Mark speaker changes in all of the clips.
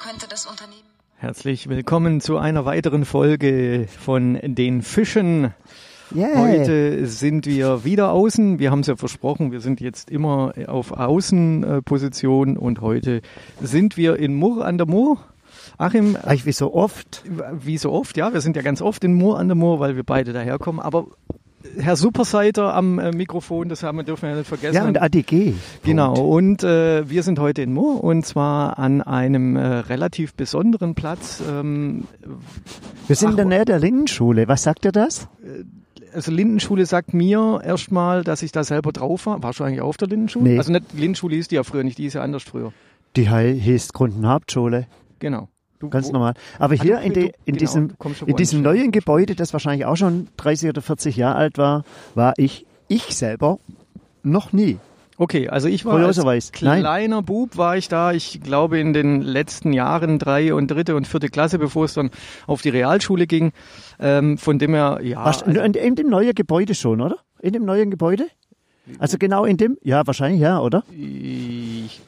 Speaker 1: könnte das Unternehmen.
Speaker 2: Herzlich willkommen zu einer weiteren Folge von den Fischen.
Speaker 3: Yay.
Speaker 2: Heute sind wir wieder außen. Wir haben es ja versprochen, wir sind jetzt immer auf Außenposition und heute sind wir in Mur an der Mur. Achim, äh,
Speaker 3: Gleich wie so oft.
Speaker 2: wie so oft, ja, wir sind ja ganz oft in Mur an der Mur, weil wir beide daherkommen, aber äh, Herr Superseiter am äh, Mikrofon, das haben wir dürfen wir nicht vergessen.
Speaker 3: Ja, und ADG.
Speaker 2: Genau, und äh, wir sind heute in Moor und zwar an einem äh, relativ besonderen Platz. Ähm,
Speaker 3: Wir sind in der Nähe der Lindenschule. Was sagt ihr das?
Speaker 2: also Lindenschule sagt mir erstmal, dass ich da selber drauf war. Warst du eigentlich auf der Lindenschule?
Speaker 3: Nee.
Speaker 2: Also nicht Lindenschule hieß die ja früher nicht, die hieß ja anders früher.
Speaker 3: Die hei- hieß Grundenhauptschule.
Speaker 2: Genau. Du,
Speaker 3: Ganz
Speaker 2: wo-
Speaker 3: normal. Aber
Speaker 2: Ah,
Speaker 3: hier
Speaker 2: du-
Speaker 3: in,
Speaker 2: du-
Speaker 3: de, in
Speaker 2: genau,
Speaker 3: diesem,
Speaker 2: du kommst schon
Speaker 3: in diesem
Speaker 2: woanders.
Speaker 3: neuen Gebäude, das wahrscheinlich auch schon 30 oder 40 Jahre alt war, war ich, ich selber, noch nie.
Speaker 2: Okay, also ich war als
Speaker 3: Kurioserweise, nein.
Speaker 2: kleiner Bub war ich da, ich glaube in den letzten Jahren drei und dritte und vierte Klasse, bevor es dann auf die Realschule ging. Ähm, von dem her, ja.
Speaker 3: Warst,
Speaker 2: also-
Speaker 3: in, in dem neuen Gebäude schon, oder? In dem neuen Gebäude?
Speaker 2: Hm.
Speaker 3: Also genau in dem? Ja, wahrscheinlich ja, oder?
Speaker 2: Ich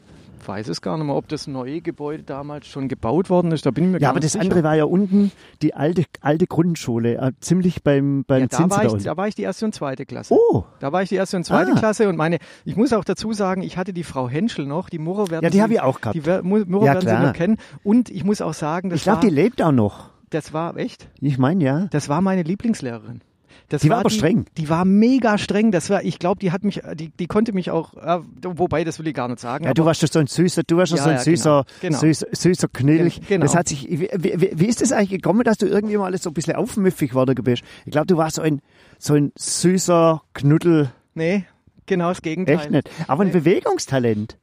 Speaker 2: weiß es gar nicht mehr, ob das neue Gebäude damals schon gebaut worden ist. Da bin ich mir
Speaker 3: Ja,
Speaker 2: gar
Speaker 3: aber
Speaker 2: nicht
Speaker 3: das
Speaker 2: sicher.
Speaker 3: andere war ja unten die alte, alte Grundschule, äh, ziemlich beim, beim
Speaker 2: ja, da,
Speaker 3: Zinsen
Speaker 2: war
Speaker 3: da
Speaker 2: ich,
Speaker 3: unten.
Speaker 2: da war ich die erste und zweite Klasse.
Speaker 3: Oh,
Speaker 2: Da war ich die erste und zweite
Speaker 3: Ah.
Speaker 2: Klasse und meine, ich muss auch dazu sagen, ich hatte die Frau Henschel noch, die Murrer werden
Speaker 3: ja, die
Speaker 2: Sie-
Speaker 3: habe ich auch gehabt.
Speaker 2: Die Wer- Mur- Murrer
Speaker 3: Ja,
Speaker 2: werden Sie
Speaker 3: klar.
Speaker 2: noch kennen. Und ich muss auch sagen, das,
Speaker 3: Ich glaube, die
Speaker 2: war,
Speaker 3: lebt auch noch.
Speaker 2: das war echt,
Speaker 3: Ich meine, ja.
Speaker 2: das war meine Lieblingslehrerin. Das
Speaker 3: Die war aber
Speaker 2: die,
Speaker 3: streng.
Speaker 2: Die war mega streng. Das war, ich glaube, die hat mich, die, die konnte mich auch, äh, wobei, das will ich gar nicht sagen.
Speaker 3: Ja, du
Speaker 2: aber-
Speaker 3: warst doch so ein süßer, du warst doch
Speaker 2: Ja,
Speaker 3: so ein
Speaker 2: ja,
Speaker 3: süßer,
Speaker 2: genau, genau.
Speaker 3: süßer, süßer Knilch.
Speaker 2: Gen- genau.
Speaker 3: Das hat sich, wie, wie, wie ist das eigentlich gekommen, dass du irgendwie mal so ein bisschen aufmüffig geworden bist? Ich glaube, du warst so ein, so ein süßer Knuddel.
Speaker 2: nee, genau das Gegenteil.
Speaker 3: Echt nicht. Aber ein Bewegungstalent.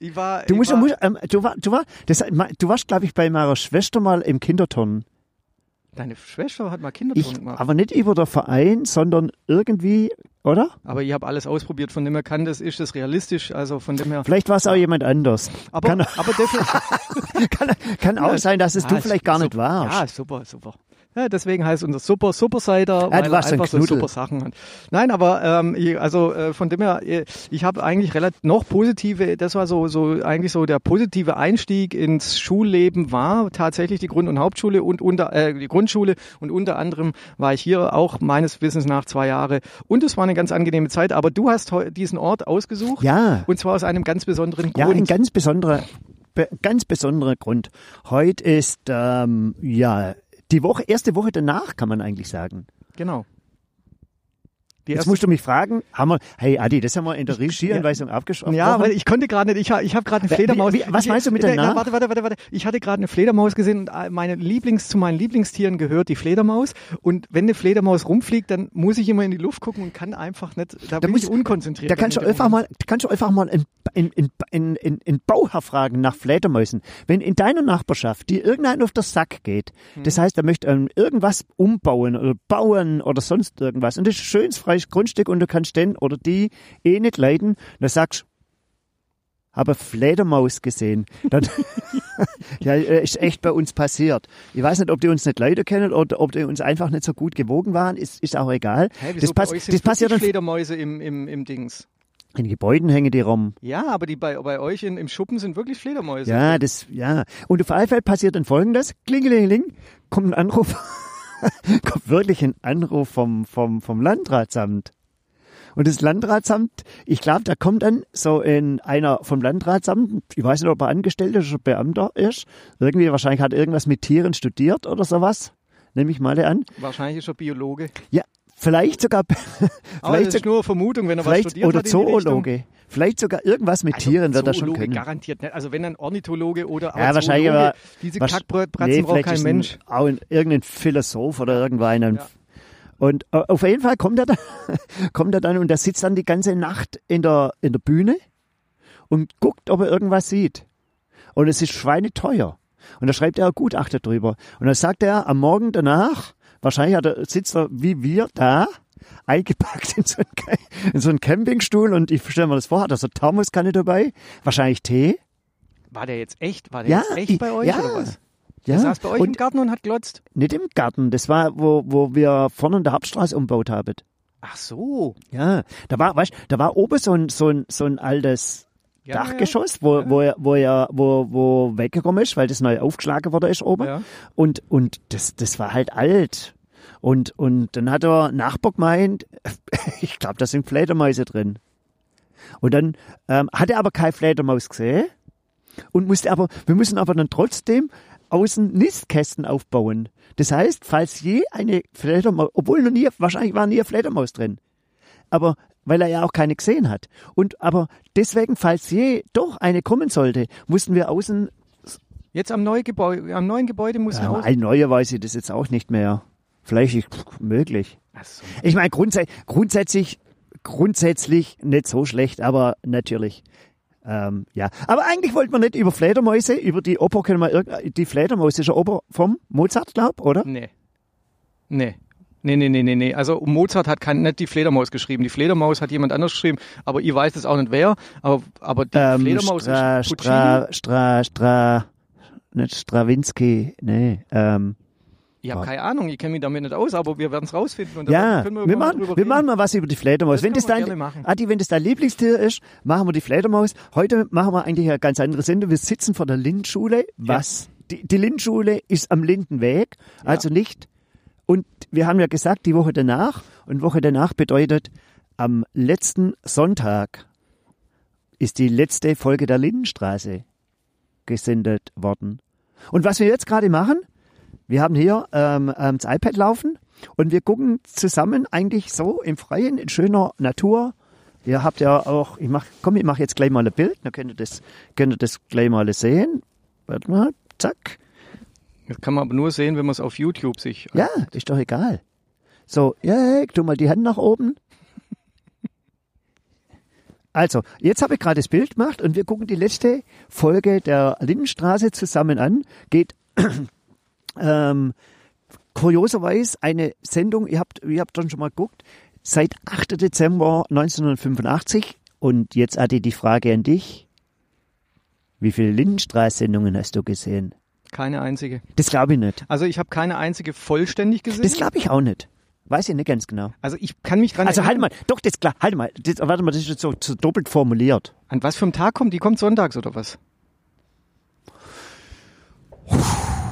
Speaker 2: Ich war,
Speaker 3: Du
Speaker 2: ich
Speaker 3: musst, du
Speaker 2: war,
Speaker 3: musst, ähm, du war, du war, das, du warst, glaube ich, bei meiner Schwester mal im Kinderturnen.
Speaker 2: Deine Schwester hat mal Kinderturnen
Speaker 3: Ich,
Speaker 2: gemacht.
Speaker 3: aber nicht über der Verein, sondern irgendwie, oder?
Speaker 2: Aber ich habe alles ausprobiert, von dem her kann das, ist das realistisch, also von dem her.
Speaker 3: Vielleicht war es auch jemand anders.
Speaker 2: Aber,
Speaker 3: kann,
Speaker 2: aber definitiv.
Speaker 3: kann, kann auch sein, dass es du vielleicht gar nicht warst.
Speaker 2: Ja, super, super. Ja, deswegen heißt unser Super Superseiter, weil er
Speaker 3: warst ein
Speaker 2: einfach so
Speaker 3: Knuddel.
Speaker 2: super Sachen hat. Nein, aber ähm, ich- also äh, von dem her, äh, ich habe eigentlich relativ noch positive, das war so, so eigentlich so der positive Einstieg ins Schulleben war tatsächlich die Grund- und Hauptschule und unter äh, die Grundschule und unter anderem war ich hier auch meines Wissens nach zwei Jahre und es war eine ganz angenehme Zeit. Aber du hast heu- diesen Ort ausgesucht
Speaker 3: Ja.
Speaker 2: und zwar aus einem ganz besonderen
Speaker 3: Ja,
Speaker 2: Grund.
Speaker 3: ein ganz besonderer, be, ganz besonderer Grund. Heute ist ähm, ja die Woche, erste Woche danach, kann man eigentlich sagen.
Speaker 2: genau. Die
Speaker 3: Jetzt
Speaker 2: erste
Speaker 3: musst du mich fragen, haben wir, hey Adi, das haben wir in der Regieanweisung abgeschrieben.
Speaker 2: Ja, weil ich konnte gerade nicht. Ich, ha- ich habe gerade eine
Speaker 3: Wer-
Speaker 2: Fledermaus.
Speaker 3: wie- wie- was
Speaker 2: ich-
Speaker 3: meinst du mit der
Speaker 2: na,
Speaker 3: Nah-
Speaker 2: Warte, warte, warte, warte. Ich hatte gerade eine Fledermaus gesehen und äh, meine Lieblings zu meinen Lieblingstieren gehört die Fledermaus. Und wenn eine Fledermaus rumfliegt, dann muss ich immer in die Luft gucken und kann einfach nicht. Da, bin
Speaker 3: musst-
Speaker 2: ich unkonzentriert.
Speaker 3: da kannst du
Speaker 2: damit im
Speaker 3: einfach mal, da kannst du einfach mal in, in, in, in, in, in Bauherr fragen nach Fledermäusen. Wenn in deiner Nachbarschaft dir irgendein auf den Sack geht, das
Speaker 2: Hm.
Speaker 3: heißt, er möchte ähm, irgendwas umbauen oder bauen oder sonst irgendwas und das ist ein schönes freies Grundstück und du kannst den oder die eh nicht leiden, dann sagst habe eine Fledermaus gesehen. Dann, ja, äh, ist echt bei uns passiert. Ich weiß nicht, ob die uns nicht leider kennen oder ob die uns einfach nicht so gut gewogen waren. Ist, ist auch egal.
Speaker 2: Hä, wieso
Speaker 3: das,
Speaker 2: bei
Speaker 3: pass,
Speaker 2: euch sind
Speaker 3: das passiert
Speaker 2: wirklich
Speaker 3: dann
Speaker 2: Fledermäuse im, im, im Dings.
Speaker 3: in Gebäuden hängen die rum.
Speaker 2: Ja, aber die bei, bei euch in, im Schuppen sind wirklich Fledermäuse.
Speaker 3: Ja, das, ja. Und auf alle Fälle passiert dann folgendes. Klingelingeling, kommt ein Anruf, kommt wirklich ein Anruf vom, vom, vom Landratsamt. Und das Landratsamt, ich glaube, da kommt dann so in einer vom Landratsamt, ich weiß nicht, ob er Angestellter oder Beamter ist, irgendwie wahrscheinlich hat er irgendwas mit Tieren studiert oder sowas, nehme ich mal an.
Speaker 2: Wahrscheinlich ist er Biologe.
Speaker 3: Ja, vielleicht sogar,
Speaker 2: Aber
Speaker 3: vielleicht,
Speaker 2: das ist
Speaker 3: sogar-
Speaker 2: nur Vermutung, wenn er was
Speaker 3: vielleicht
Speaker 2: studiert
Speaker 3: oder
Speaker 2: hat. in die Richtung.
Speaker 3: Zoologe, vielleicht sogar irgendwas mit
Speaker 2: Also
Speaker 3: Tieren wird er schon
Speaker 2: Zoologe
Speaker 3: können.
Speaker 2: garantiert nicht. Also wenn ein Ornithologe oder
Speaker 3: Ja,
Speaker 2: ein
Speaker 3: wahrscheinlich
Speaker 2: Zoologe,
Speaker 3: aber-
Speaker 2: diese
Speaker 3: wasch-
Speaker 2: Kackbratzen braucht
Speaker 3: vielleicht
Speaker 2: kein
Speaker 3: ist
Speaker 2: Mensch.
Speaker 3: Ein, auch ein, irgendein Philosoph oder irgendeinen.
Speaker 2: Ja.
Speaker 3: Und äh, auf jeden Fall kommt er dann, kommt er dann und der sitzt dann die ganze Nacht in der, in der Bühne und guckt, ob er irgendwas sieht. Und es ist schweineteuer. Und da schreibt er ein Gutachter drüber. Und dann sagt er am Morgen danach, wahrscheinlich hat er, sitzt er wie wir da, eingepackt in so einen, Ca- in so einen Campingstuhl und ich stelle mir das vor, hat er so eine Thermoskanne dabei, wahrscheinlich Tee.
Speaker 2: War der jetzt echt? War der
Speaker 3: Ja,
Speaker 2: jetzt
Speaker 3: ich-
Speaker 2: echt bei euch
Speaker 3: ja.
Speaker 2: oder was?
Speaker 3: Ja.
Speaker 2: Der saß bei euch
Speaker 3: und
Speaker 2: im Garten und hat glotzt.
Speaker 3: Nicht im Garten, das war, wo, wo wir vorne in der Hauptstraße umgebaut haben.
Speaker 2: Ach so.
Speaker 3: Ja, da war, weißt, da war oben so ein, so ein, so ein altes
Speaker 2: Ja,
Speaker 3: Dachgeschoss, wo, wo, er, wo er wo, wo weggekommen ist, weil das neu aufgeschlagen worden ist oben.
Speaker 2: Ja.
Speaker 3: Und, und das, das war halt alt. Und, und dann hat der Nachbar gemeint, ich glaube, da sind Fledermäuse drin. Und dann ähm, hat er aber keine Fledermaus gesehen und musste aber, wir müssen aber dann trotzdem außen Nistkästen aufbauen. Das heißt, falls je eine Fledermaus, obwohl noch nie, wahrscheinlich war nie eine Fledermaus drin, aber weil er ja auch keine gesehen hat. Und aber deswegen, falls je doch eine kommen sollte, mussten wir außen,
Speaker 2: Jetzt am, Neugebäu am neuen Gebäude muss
Speaker 3: ja,
Speaker 2: man
Speaker 3: ein neuer weiß ich das jetzt auch nicht mehr. Vielleicht ich, pff, möglich.
Speaker 2: aus.
Speaker 3: Ich meine, grundsä grundsätzlich, grundsätzlich nicht so schlecht, aber natürlich. Ähm, ja, aber eigentlich wollten wir nicht über Fledermäuse, über die Oper können wir irgend die Fledermaus ist ja Oper vom Mozart, glaub, oder?
Speaker 2: Nee. Nee. Nee, nee, nee, nee, nee. Also Mozart hat kein, nicht die Fledermaus geschrieben. Die Fledermaus hat jemand anders geschrieben, aber ihr weiß es auch nicht wer. Aber, aber die Fledermaus
Speaker 3: Ähm, Stra,
Speaker 2: ist
Speaker 3: Stra, Stra, Stra, nicht Strawinski, nee, ähm,
Speaker 2: Ich habe keine Ahnung, ich kenne mich damit nicht aus, aber wir werden es rausfinden. Und dann
Speaker 3: ja,
Speaker 2: können
Speaker 3: wir,
Speaker 2: wir, irgendwann
Speaker 3: machen,
Speaker 2: drüber
Speaker 3: wir
Speaker 2: reden.
Speaker 3: machen mal was über die Fledermaus.
Speaker 2: Das
Speaker 3: wenn
Speaker 2: können
Speaker 3: das
Speaker 2: wir
Speaker 3: dein,
Speaker 2: gerne machen.
Speaker 3: Adi, wenn das dein Lieblingstier ist, machen wir die Fledermaus. Heute machen wir eigentlich eine ganz andere Sendung. Wir sitzen vor der Lindenschule. Was? Die, die Lindenschule ist am Lindenweg, also nicht. Und wir haben ja gesagt, die Woche danach. Und Woche danach bedeutet, am letzten Sonntag ist die letzte Folge der Lindenstraße gesendet worden. Und was wir jetzt gerade machen, wir haben hier ähm, ähm, das iPad laufen und wir gucken zusammen eigentlich so im Freien, in schöner Natur. Ihr habt ja auch, ich mach, komm, ich mache jetzt gleich mal ein Bild, dann könnt ihr das, könnt ihr das gleich mal sehen. Warte mal, zack.
Speaker 2: Das kann man aber nur sehen, wenn man es auf YouTube sich.
Speaker 3: Ja, ist doch egal. So, ja, tu mal die Hände nach oben. Also, jetzt habe ich gerade das Bild gemacht und wir gucken die letzte Folge der Lindenstraße zusammen an. Geht ähm, kurioserweise eine Sendung, ihr habt, ihr habt dann schon mal geguckt, seit 8. Dezember 1985. Und jetzt, Adi, die Frage an dich. Wie viele Lindenstraße-Sendungen hast du gesehen?
Speaker 2: Keine einzige.
Speaker 3: Das glaube ich nicht.
Speaker 2: Also ich habe keine einzige vollständig gesehen.
Speaker 3: Das glaube ich auch nicht. Weiß ich nicht ganz genau.
Speaker 2: also ich Mhm. kann mich dran
Speaker 3: Also halt
Speaker 2: erinnern.
Speaker 3: mal, doch, das klar, halt mal, das, warte mal, das ist jetzt so, so doppelt formuliert.
Speaker 2: An was für einem Tag kommt? Die kommt sonntags oder was?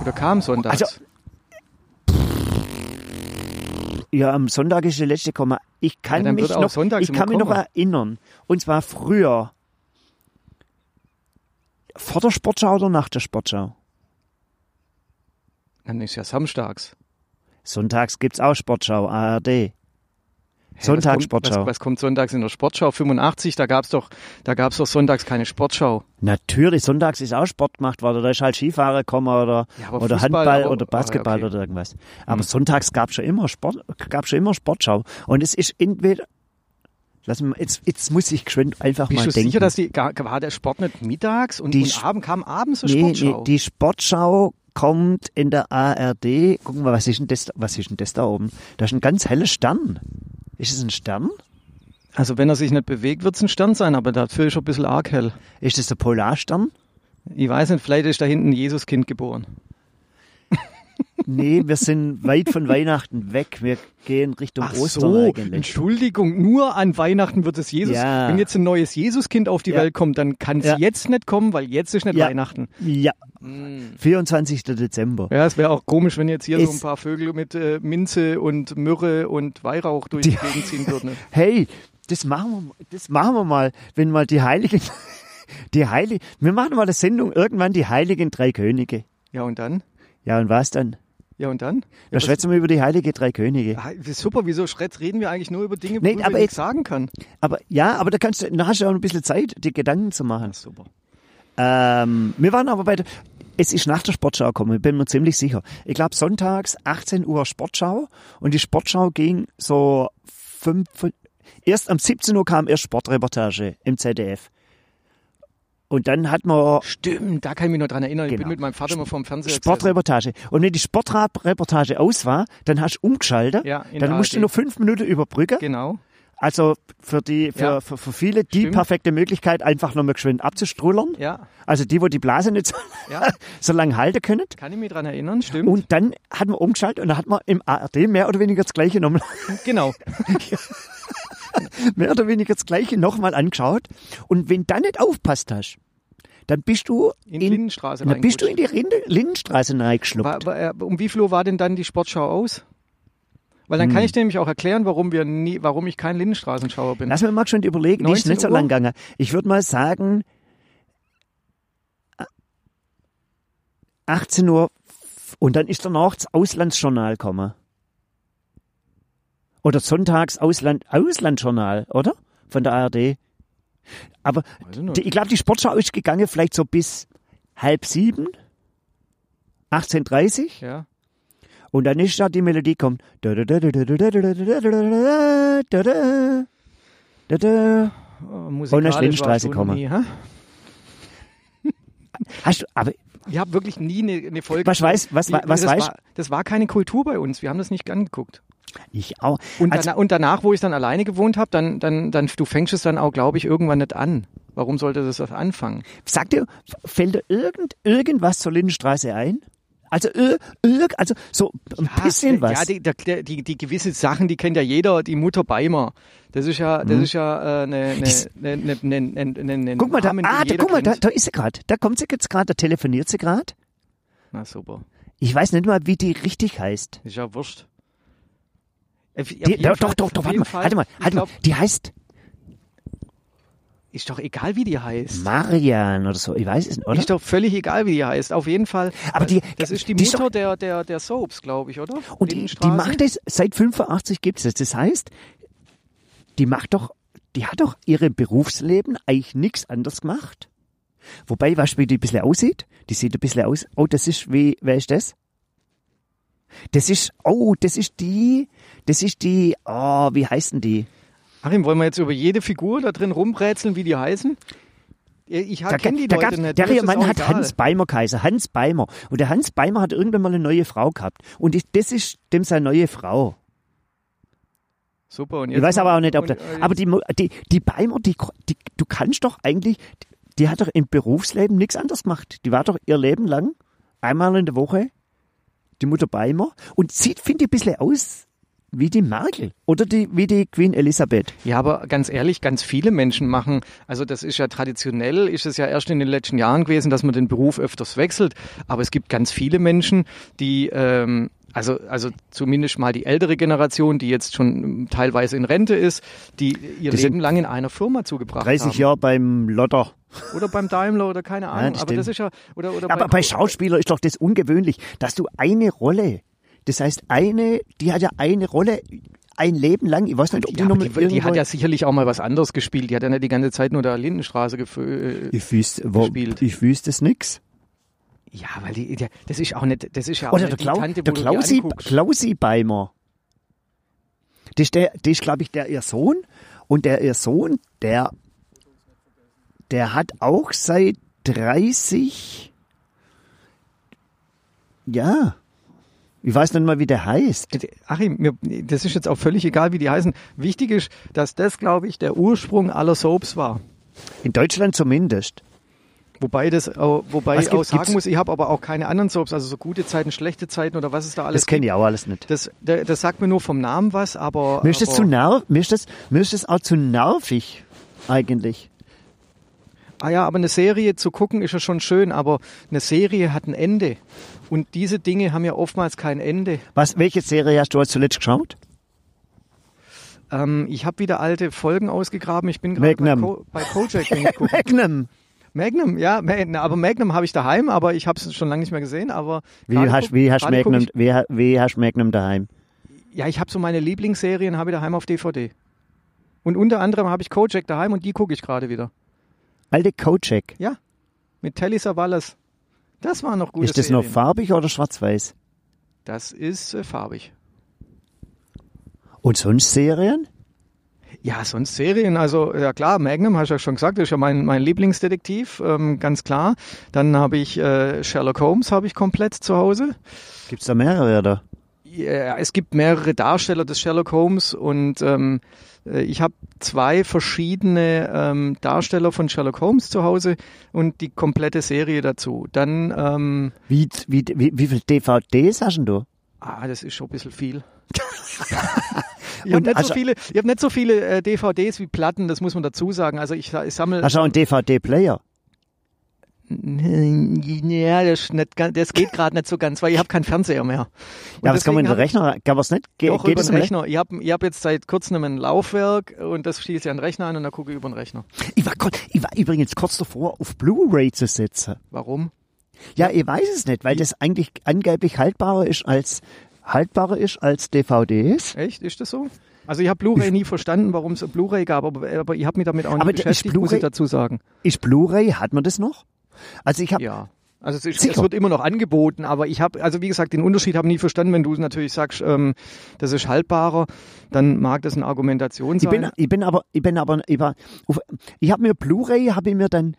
Speaker 2: Oder kam sonntags?
Speaker 3: Also- Ja, am Sonntag ist die letzte Komma. Ich kann
Speaker 2: Ja, dann
Speaker 3: mich
Speaker 2: wird auch
Speaker 3: noch,
Speaker 2: sonntags
Speaker 3: ich
Speaker 2: immer
Speaker 3: kann mich noch
Speaker 2: Komma.
Speaker 3: erinnern. Und zwar früher. Vor der Sportschau oder nach der Sportschau?
Speaker 2: Dann ist ja samstags.
Speaker 3: Sonntags gibt's auch Sportschau, ARD.
Speaker 2: Hä, was kommt-
Speaker 3: Sonntagssportschau.
Speaker 2: Was, was kommt sonntags in der Sportschau? 85, da gab's doch, da gab's doch sonntags keine Sportschau.
Speaker 3: Natürlich, sonntags ist auch Sport gemacht worden. Da ist halt Skifahrer gekommen oder,
Speaker 2: Ja, aber Fußball,
Speaker 3: oder Handball
Speaker 2: aber-
Speaker 3: oder Basketball
Speaker 2: ah, okay.
Speaker 3: oder irgendwas. Aber sonntags gab schon immer Sport, gab schon immer Sportschau. Und es ist entweder, lass mich, mal- jetzt, jetzt muss ich geschwind einfach
Speaker 2: Bist
Speaker 3: mal
Speaker 2: du
Speaker 3: denken.
Speaker 2: sicher, dass die, gar- war der Sport nicht mittags und,
Speaker 3: Die
Speaker 2: und
Speaker 3: Sch-
Speaker 2: abend, kam abends eine
Speaker 3: nee,
Speaker 2: Sportschau?
Speaker 3: nee, die Sportschau kommt in der ARD. Gucken wir, was ist denn das, da- was ist denn das da oben? Da ist ein ganz heller Stern. Ist es ein Stern?
Speaker 2: also wenn er sich nicht bewegt, wird's ein Stern sein, aber dafür ist er ein bisschen arg hell.
Speaker 3: Ist es der Polarstern?
Speaker 2: Ich weiß nicht, vielleicht ist da hinten ein Jesuskind geboren.
Speaker 3: Nee, wir sind weit von Weihnachten weg. Wir gehen Richtung Ostern eigentlich.
Speaker 2: Entschuldigung, nur an Weihnachten wird es Jesus.
Speaker 3: Ja.
Speaker 2: Wenn jetzt ein neues Jesuskind auf die
Speaker 3: Ja.
Speaker 2: Welt kommt, dann kann's
Speaker 3: Ja.
Speaker 2: jetzt nicht kommen, weil jetzt ist nicht
Speaker 3: Ja.
Speaker 2: Weihnachten. Mm.
Speaker 3: Ja, 24. Dezember.
Speaker 2: Ja, es wäre auch komisch, wenn jetzt hier so ein
Speaker 3: Ist-
Speaker 2: paar Vögel mit äh, Minze und Myrrhe und Weihrauch durch die Gegend ziehen würden.
Speaker 3: Hey, das machen wir, das machen wir mal, wenn mal die Heiligen, die Heiligen, wir machen mal eine Sendung irgendwann die Heiligen drei Könige.
Speaker 2: Ja, und dann?
Speaker 3: Ja, und was dann?
Speaker 2: Ja, und dann?
Speaker 3: Da
Speaker 2: Ja,
Speaker 3: schwätzen wir über die Heilige drei Könige.
Speaker 2: was, Ah, super, wieso Schretz reden wir eigentlich nur über Dinge,
Speaker 3: Nee,
Speaker 2: worüber
Speaker 3: aber
Speaker 2: ich
Speaker 3: jetzt-
Speaker 2: nichts sagen kann?
Speaker 3: Aber ja, aber da kannst du, da hast du auch ein bisschen Zeit, dir Gedanken zu machen.
Speaker 2: super.
Speaker 3: Ähm, wir waren aber bei der, es ist nach der Sportschau gekommen, ich bin mir ziemlich sicher. Ich glaube sonntags 18 Uhr Sportschau und die Sportschau ging so fünf, fün- erst am 17 Uhr kam erst Sportreportage im ZDF. Und dann hat man
Speaker 2: Stimmt, da kann ich mich noch dran erinnern. Ich
Speaker 3: Genau.
Speaker 2: bin mit meinem Vater immer vorm Fernseher gesessen.
Speaker 3: Sportreportage. Und wenn die Sportreportage aus war, dann hast du umgeschaltet,
Speaker 2: Ja, in
Speaker 3: dann
Speaker 2: der
Speaker 3: musst du
Speaker 2: ARD.
Speaker 3: nur fünf Minuten überbrücken.
Speaker 2: Genau.
Speaker 3: Also für die, für,
Speaker 2: Ja.
Speaker 3: für, für viele die
Speaker 2: Stimmt.
Speaker 3: perfekte Möglichkeit, einfach nochmal geschwind abzustrullern.
Speaker 2: Ja,
Speaker 3: Also die, wo die Blase nicht so,
Speaker 2: Ja.
Speaker 3: so lange halten können.
Speaker 2: kann ich mich dran erinnern, stimmt.
Speaker 3: Und dann hat man umgeschaltet und dann hat man im ARD mehr oder weniger das gleiche nochmal.
Speaker 2: genau.
Speaker 3: mehr oder weniger das Gleiche nochmal angeschaut. Und wenn du dann nicht aufpasst hast, dann bist du
Speaker 2: In, in Lindenstraße
Speaker 3: dann bist du in
Speaker 2: reingerutscht.
Speaker 3: die Rinde, Lindenstraße
Speaker 2: War,
Speaker 3: reingeschluppt.
Speaker 2: war, äh, um wie viel Uhr war denn dann die Sportschau aus? Weil
Speaker 3: Hm.
Speaker 2: dann kann ich dir nämlich auch erklären, warum wir nie, warum ich kein Lindenstraßenschauer bin.
Speaker 3: Lass mir mal schon überlegen, die ist
Speaker 2: 19
Speaker 3: nicht so
Speaker 2: Uhr?
Speaker 3: lang gegangen. Ich würde mal sagen, 18 Uhr und dann ist danach das Auslandsjournal gekommen. Oder sonntags Ausland, Auslandsjournal, oder? Von der ARD. Aber
Speaker 2: Weiß ich nicht.
Speaker 3: die, ich glaube, die Sportschau ist gegangen vielleicht so bis halb sieben, 18.30
Speaker 2: ja.
Speaker 3: und dann ist da die Melodie kommt. Da, da, da, da, da, da, da, da, da, da, da, da, da, da.
Speaker 2: Oh,
Speaker 3: Wollen wir
Speaker 2: musikalisch
Speaker 3: Lindenstraße
Speaker 2: warst du
Speaker 3: kommen?
Speaker 2: Nie, hä?
Speaker 3: Hast du, aber
Speaker 2: Ich habe wirklich nie eine, eine Folge.
Speaker 3: Was weiß- was
Speaker 2: Die-
Speaker 3: wa- was
Speaker 2: das
Speaker 3: weiß-
Speaker 2: War, das war keine Kultur bei uns. Wir haben das nicht angeguckt.
Speaker 3: ich auch.
Speaker 2: Und,
Speaker 3: also,
Speaker 2: dana- und danach, wo ich dann alleine gewohnt habe, dann, dann, dann, du fängst es dann auch, glaube ich, irgendwann nicht an. Warum sollte das das anfangen?
Speaker 3: sagt dir, fällt dir irgend, irgendwas zur Lindenstraße ein? Also, ir, ir, also so ein bisschen
Speaker 2: Ah,
Speaker 3: was.
Speaker 2: Ja, die, der- der- die, die gewisse Sachen, die kennt ja jeder, die Mutter Beimer. Das ist ja, das ist ja äh, eine,
Speaker 3: Das-
Speaker 2: eine, eine, eine, eine, eine, eine
Speaker 3: Mhm. guck mal, da,
Speaker 2: ne, Namen, den
Speaker 3: ah, da,
Speaker 2: jeder
Speaker 3: guck mal, da,
Speaker 2: kennt.
Speaker 3: da ist sie gerade. Da kommt sie jetzt gerade, da telefoniert sie gerade.
Speaker 2: Na super.
Speaker 3: Ich weiß nicht mal, wie die richtig heißt.
Speaker 2: Ist ja wurscht. Auf- auf
Speaker 3: Die,
Speaker 2: jeden
Speaker 3: doch,
Speaker 2: Fall-
Speaker 3: doch, doch,
Speaker 2: auf
Speaker 3: doch, warte
Speaker 2: jeden
Speaker 3: mal,
Speaker 2: Fall,
Speaker 3: halt mal,
Speaker 2: ich
Speaker 3: halt
Speaker 2: glaub,
Speaker 3: mal. Die heißt
Speaker 2: Ist doch egal, wie die heißt.
Speaker 3: Marian oder so. Ich weiß es nicht, oder?
Speaker 2: Ist doch völlig egal, wie die heißt. Auf jeden Fall.
Speaker 3: Aber die-
Speaker 2: das ist die,
Speaker 3: die ist
Speaker 2: Mutter der, der, der Soaps, glaube ich, oder?
Speaker 3: Und die, die
Speaker 2: Lindenstraße.
Speaker 3: macht das, seit 85 gibt's das. Das heißt, die macht doch, die hat doch ihrem Berufsleben eigentlich nichts anderes gemacht. Wobei, weißt du, wie die ein bisschen aussieht? Die sieht ein bisschen aus, oh, das ist, wie, wer ist das? Das ist, oh, das ist die, das ist die, oh, wie heißen die?
Speaker 2: Achim, wollen wir jetzt über jede Figur da drin rumrätseln, wie die heißen? Äh, Ich
Speaker 3: Da-
Speaker 2: kenne Ah, die
Speaker 3: da
Speaker 2: Leute
Speaker 3: gab's-
Speaker 2: nicht.
Speaker 3: Der
Speaker 2: mir ist
Speaker 3: Herr
Speaker 2: es
Speaker 3: Mann
Speaker 2: auch
Speaker 3: hat
Speaker 2: egal.
Speaker 3: Hans Beimer Kaiser, Hans Beimer. Und der Hans Beimer hat irgendwann mal eine neue Frau gehabt. Und ich, das ist dem seine neue Frau.
Speaker 2: Super. Und
Speaker 3: Ich
Speaker 2: jetzt
Speaker 3: weiß aber auch nicht, ob
Speaker 2: und,
Speaker 3: da,
Speaker 2: äh,
Speaker 3: aber die, Mo- die, die Beimer, die, die, du kannst doch eigentlich, die hat doch im Berufsleben nichts anderes gemacht. Die war doch ihr Leben lang, einmal in der Woche, die Mutter Beimer und sieht, finde ich, ein bisschen aus wie die Merkel oder die, wie die Queen Elisabeth.
Speaker 2: Ja, aber ganz ehrlich, ganz viele Menschen machen, also das ist ja traditionell, ist es ja erst in den letzten Jahren gewesen, dass man den Beruf öfters wechselt. Aber es gibt ganz viele Menschen, die, ähm, also, also zumindest mal die ältere Generation, die jetzt schon ähm, teilweise in Rente ist, die ihr
Speaker 3: Das sind
Speaker 2: Leben lang in einer Firma zugebracht
Speaker 3: 30
Speaker 2: haben.
Speaker 3: Jahre beim Lotter.
Speaker 2: Oder beim Daimler oder keine Ahnung.
Speaker 3: das
Speaker 2: aber das ist ja, oder, oder
Speaker 3: Aber bei Schauspielern ist doch das ungewöhnlich, dass du eine Rolle, das heißt eine, die hat ja eine Rolle ein Leben lang, ich weiß nicht, ob die
Speaker 2: ja, aber
Speaker 3: noch
Speaker 2: die, die hat ja sicherlich auch mal was anderes gespielt. Die hat ja nicht die ganze Zeit nur da Lindenstraße äh, gefüllt.
Speaker 3: ich wüsste, wo,
Speaker 2: gespielt.
Speaker 3: ich wüsste es nix.
Speaker 2: Ja, weil die, die- das ist auch nicht, das ist ja auch
Speaker 3: Oder
Speaker 2: nicht
Speaker 3: der,
Speaker 2: die
Speaker 3: Klau
Speaker 2: Tante, wo
Speaker 3: der
Speaker 2: du die
Speaker 3: Klausi,
Speaker 2: anguckst.
Speaker 3: Klausi Beimer. Das ist, der- das ist glaube ich, der ihr Sohn. Und der ihr Sohn, der, der hat auch seit 30, ja, ich weiß nicht mal, wie der heißt.
Speaker 2: Achim, mir, das ist jetzt auch völlig egal, wie die heißen. Wichtig ist, dass das, glaube ich, der Ursprung aller Soaps war.
Speaker 3: In Deutschland zumindest.
Speaker 2: Wobei, das, auch- wobei
Speaker 3: Was
Speaker 2: ich
Speaker 3: gibt-
Speaker 2: auch sagen
Speaker 3: gibt's-
Speaker 2: muss, ich habe aber auch keine anderen Soaps, also so gute Zeiten, schlechte Zeiten oder was es da alles
Speaker 3: Das kenne
Speaker 2: gibt.
Speaker 3: ich auch alles nicht.
Speaker 2: Das, da- das sagt mir nur vom Namen was, aber.
Speaker 3: Mir ist das
Speaker 2: aber,
Speaker 3: zu nerv, mir ist das, mir ist das auch zu nervig, eigentlich.
Speaker 2: Ah ja, aber eine Serie zu gucken ist ja schon schön, aber eine Serie hat ein Ende. Und diese Dinge haben ja oftmals kein Ende.
Speaker 3: Was, welche Serie hast du zuletzt geschaut?
Speaker 2: Ähm, ich habe wieder alte Folgen ausgegraben. Ich bin gerade bei,
Speaker 3: Magnum.
Speaker 2: Co bei Kojak bin ich gucken.
Speaker 3: Magnum.
Speaker 2: Magnum, ja, Ma- na, aber Magnum habe ich daheim, aber ich habe es schon lange nicht mehr gesehen. Aber
Speaker 3: Wie
Speaker 2: gerade
Speaker 3: hast,
Speaker 2: guck-
Speaker 3: wie hast
Speaker 2: gerade guck
Speaker 3: Magnum,
Speaker 2: Ich,
Speaker 3: wie, ha- wie hast Magnum daheim?
Speaker 2: ja, ich habe so meine Lieblingsserien habe ich daheim auf DVD. Und unter anderem habe ich Kojak daheim und die gucke ich gerade wieder
Speaker 3: Alte Kojak.
Speaker 2: mit Telly Savalas. Das war noch gute
Speaker 3: Ist das
Speaker 2: Serien.
Speaker 3: noch farbig oder schwarz-weiß?
Speaker 2: Das ist äh, farbig.
Speaker 3: Und sonst Serien?
Speaker 2: Ja, sonst Serien, also ja klar, Magnum, hast du ja schon gesagt, ist ja mein, mein Lieblingsdetektiv, ähm, ganz klar. Dann habe ich äh, Sherlock Holmes, habe ich komplett zu Hause.
Speaker 3: Gibt's da mehrere oder?
Speaker 2: Ja, es gibt mehrere Darsteller des Sherlock Holmes und ähm, äh, ich habe zwei verschiedene ähm, Darsteller von Sherlock Holmes zu Hause und die komplette Serie dazu. Dann, ähm,
Speaker 3: Wie, wie, wie, wie viel DVDs hast denn du?
Speaker 2: ah, das ist schon ein bisschen viel. Ich habe
Speaker 3: Und
Speaker 2: nicht,
Speaker 3: also-
Speaker 2: so viele, ich hab nicht so viele äh, DVDs wie Platten, das muss man dazu sagen. Also ich, ich sammle.
Speaker 3: Hast du auch einen DVD-Player?
Speaker 2: Ja, das, ist nicht, ganz- das geht gerade nicht so ganz, weil ich habe keinen Fernseher mehr. Und
Speaker 3: Ja, was kann man in den
Speaker 2: deswegen hab-
Speaker 3: Rechner? Kann man es nicht? Ge
Speaker 2: Doch, über
Speaker 3: es
Speaker 2: den
Speaker 3: im
Speaker 2: Rechner. Ich habe ich hab jetzt seit kurzem ein Laufwerk und das schiebe ich an den Rechner an und dann gucke ich über den Rechner.
Speaker 3: Ich war, kurz- ich war übrigens kurz davor, auf Blu-ray zu setzen.
Speaker 2: Warum?
Speaker 3: Ja, ich weiß es nicht, weil das eigentlich angeblich haltbarer ist als haltbarer ist als DVDs.
Speaker 2: Echt? Ist das so? Also ich habe Blu-ray nie verstanden, warum es Blu-ray gab, aber, aber ich habe mich damit auch nicht
Speaker 3: Aber der ist
Speaker 2: beschäftigt, muss
Speaker 3: Blu-ray-
Speaker 2: ich dazu sagen.
Speaker 3: Ist Blu-ray, hat man das noch? Also ich habe
Speaker 2: Ja. Also es, ist,
Speaker 3: Sicher.
Speaker 2: es wird immer noch angeboten, aber ich habe, also wie gesagt, den Unterschied habe ich nie verstanden. Wenn du natürlich sagst, ähm, das ist haltbarer, dann mag das eine Argumentation
Speaker 3: ich
Speaker 2: sein.
Speaker 3: bin, ich bin aber ich bin aber ich, war auf, ich habe mir Blu-ray habe ich mir dann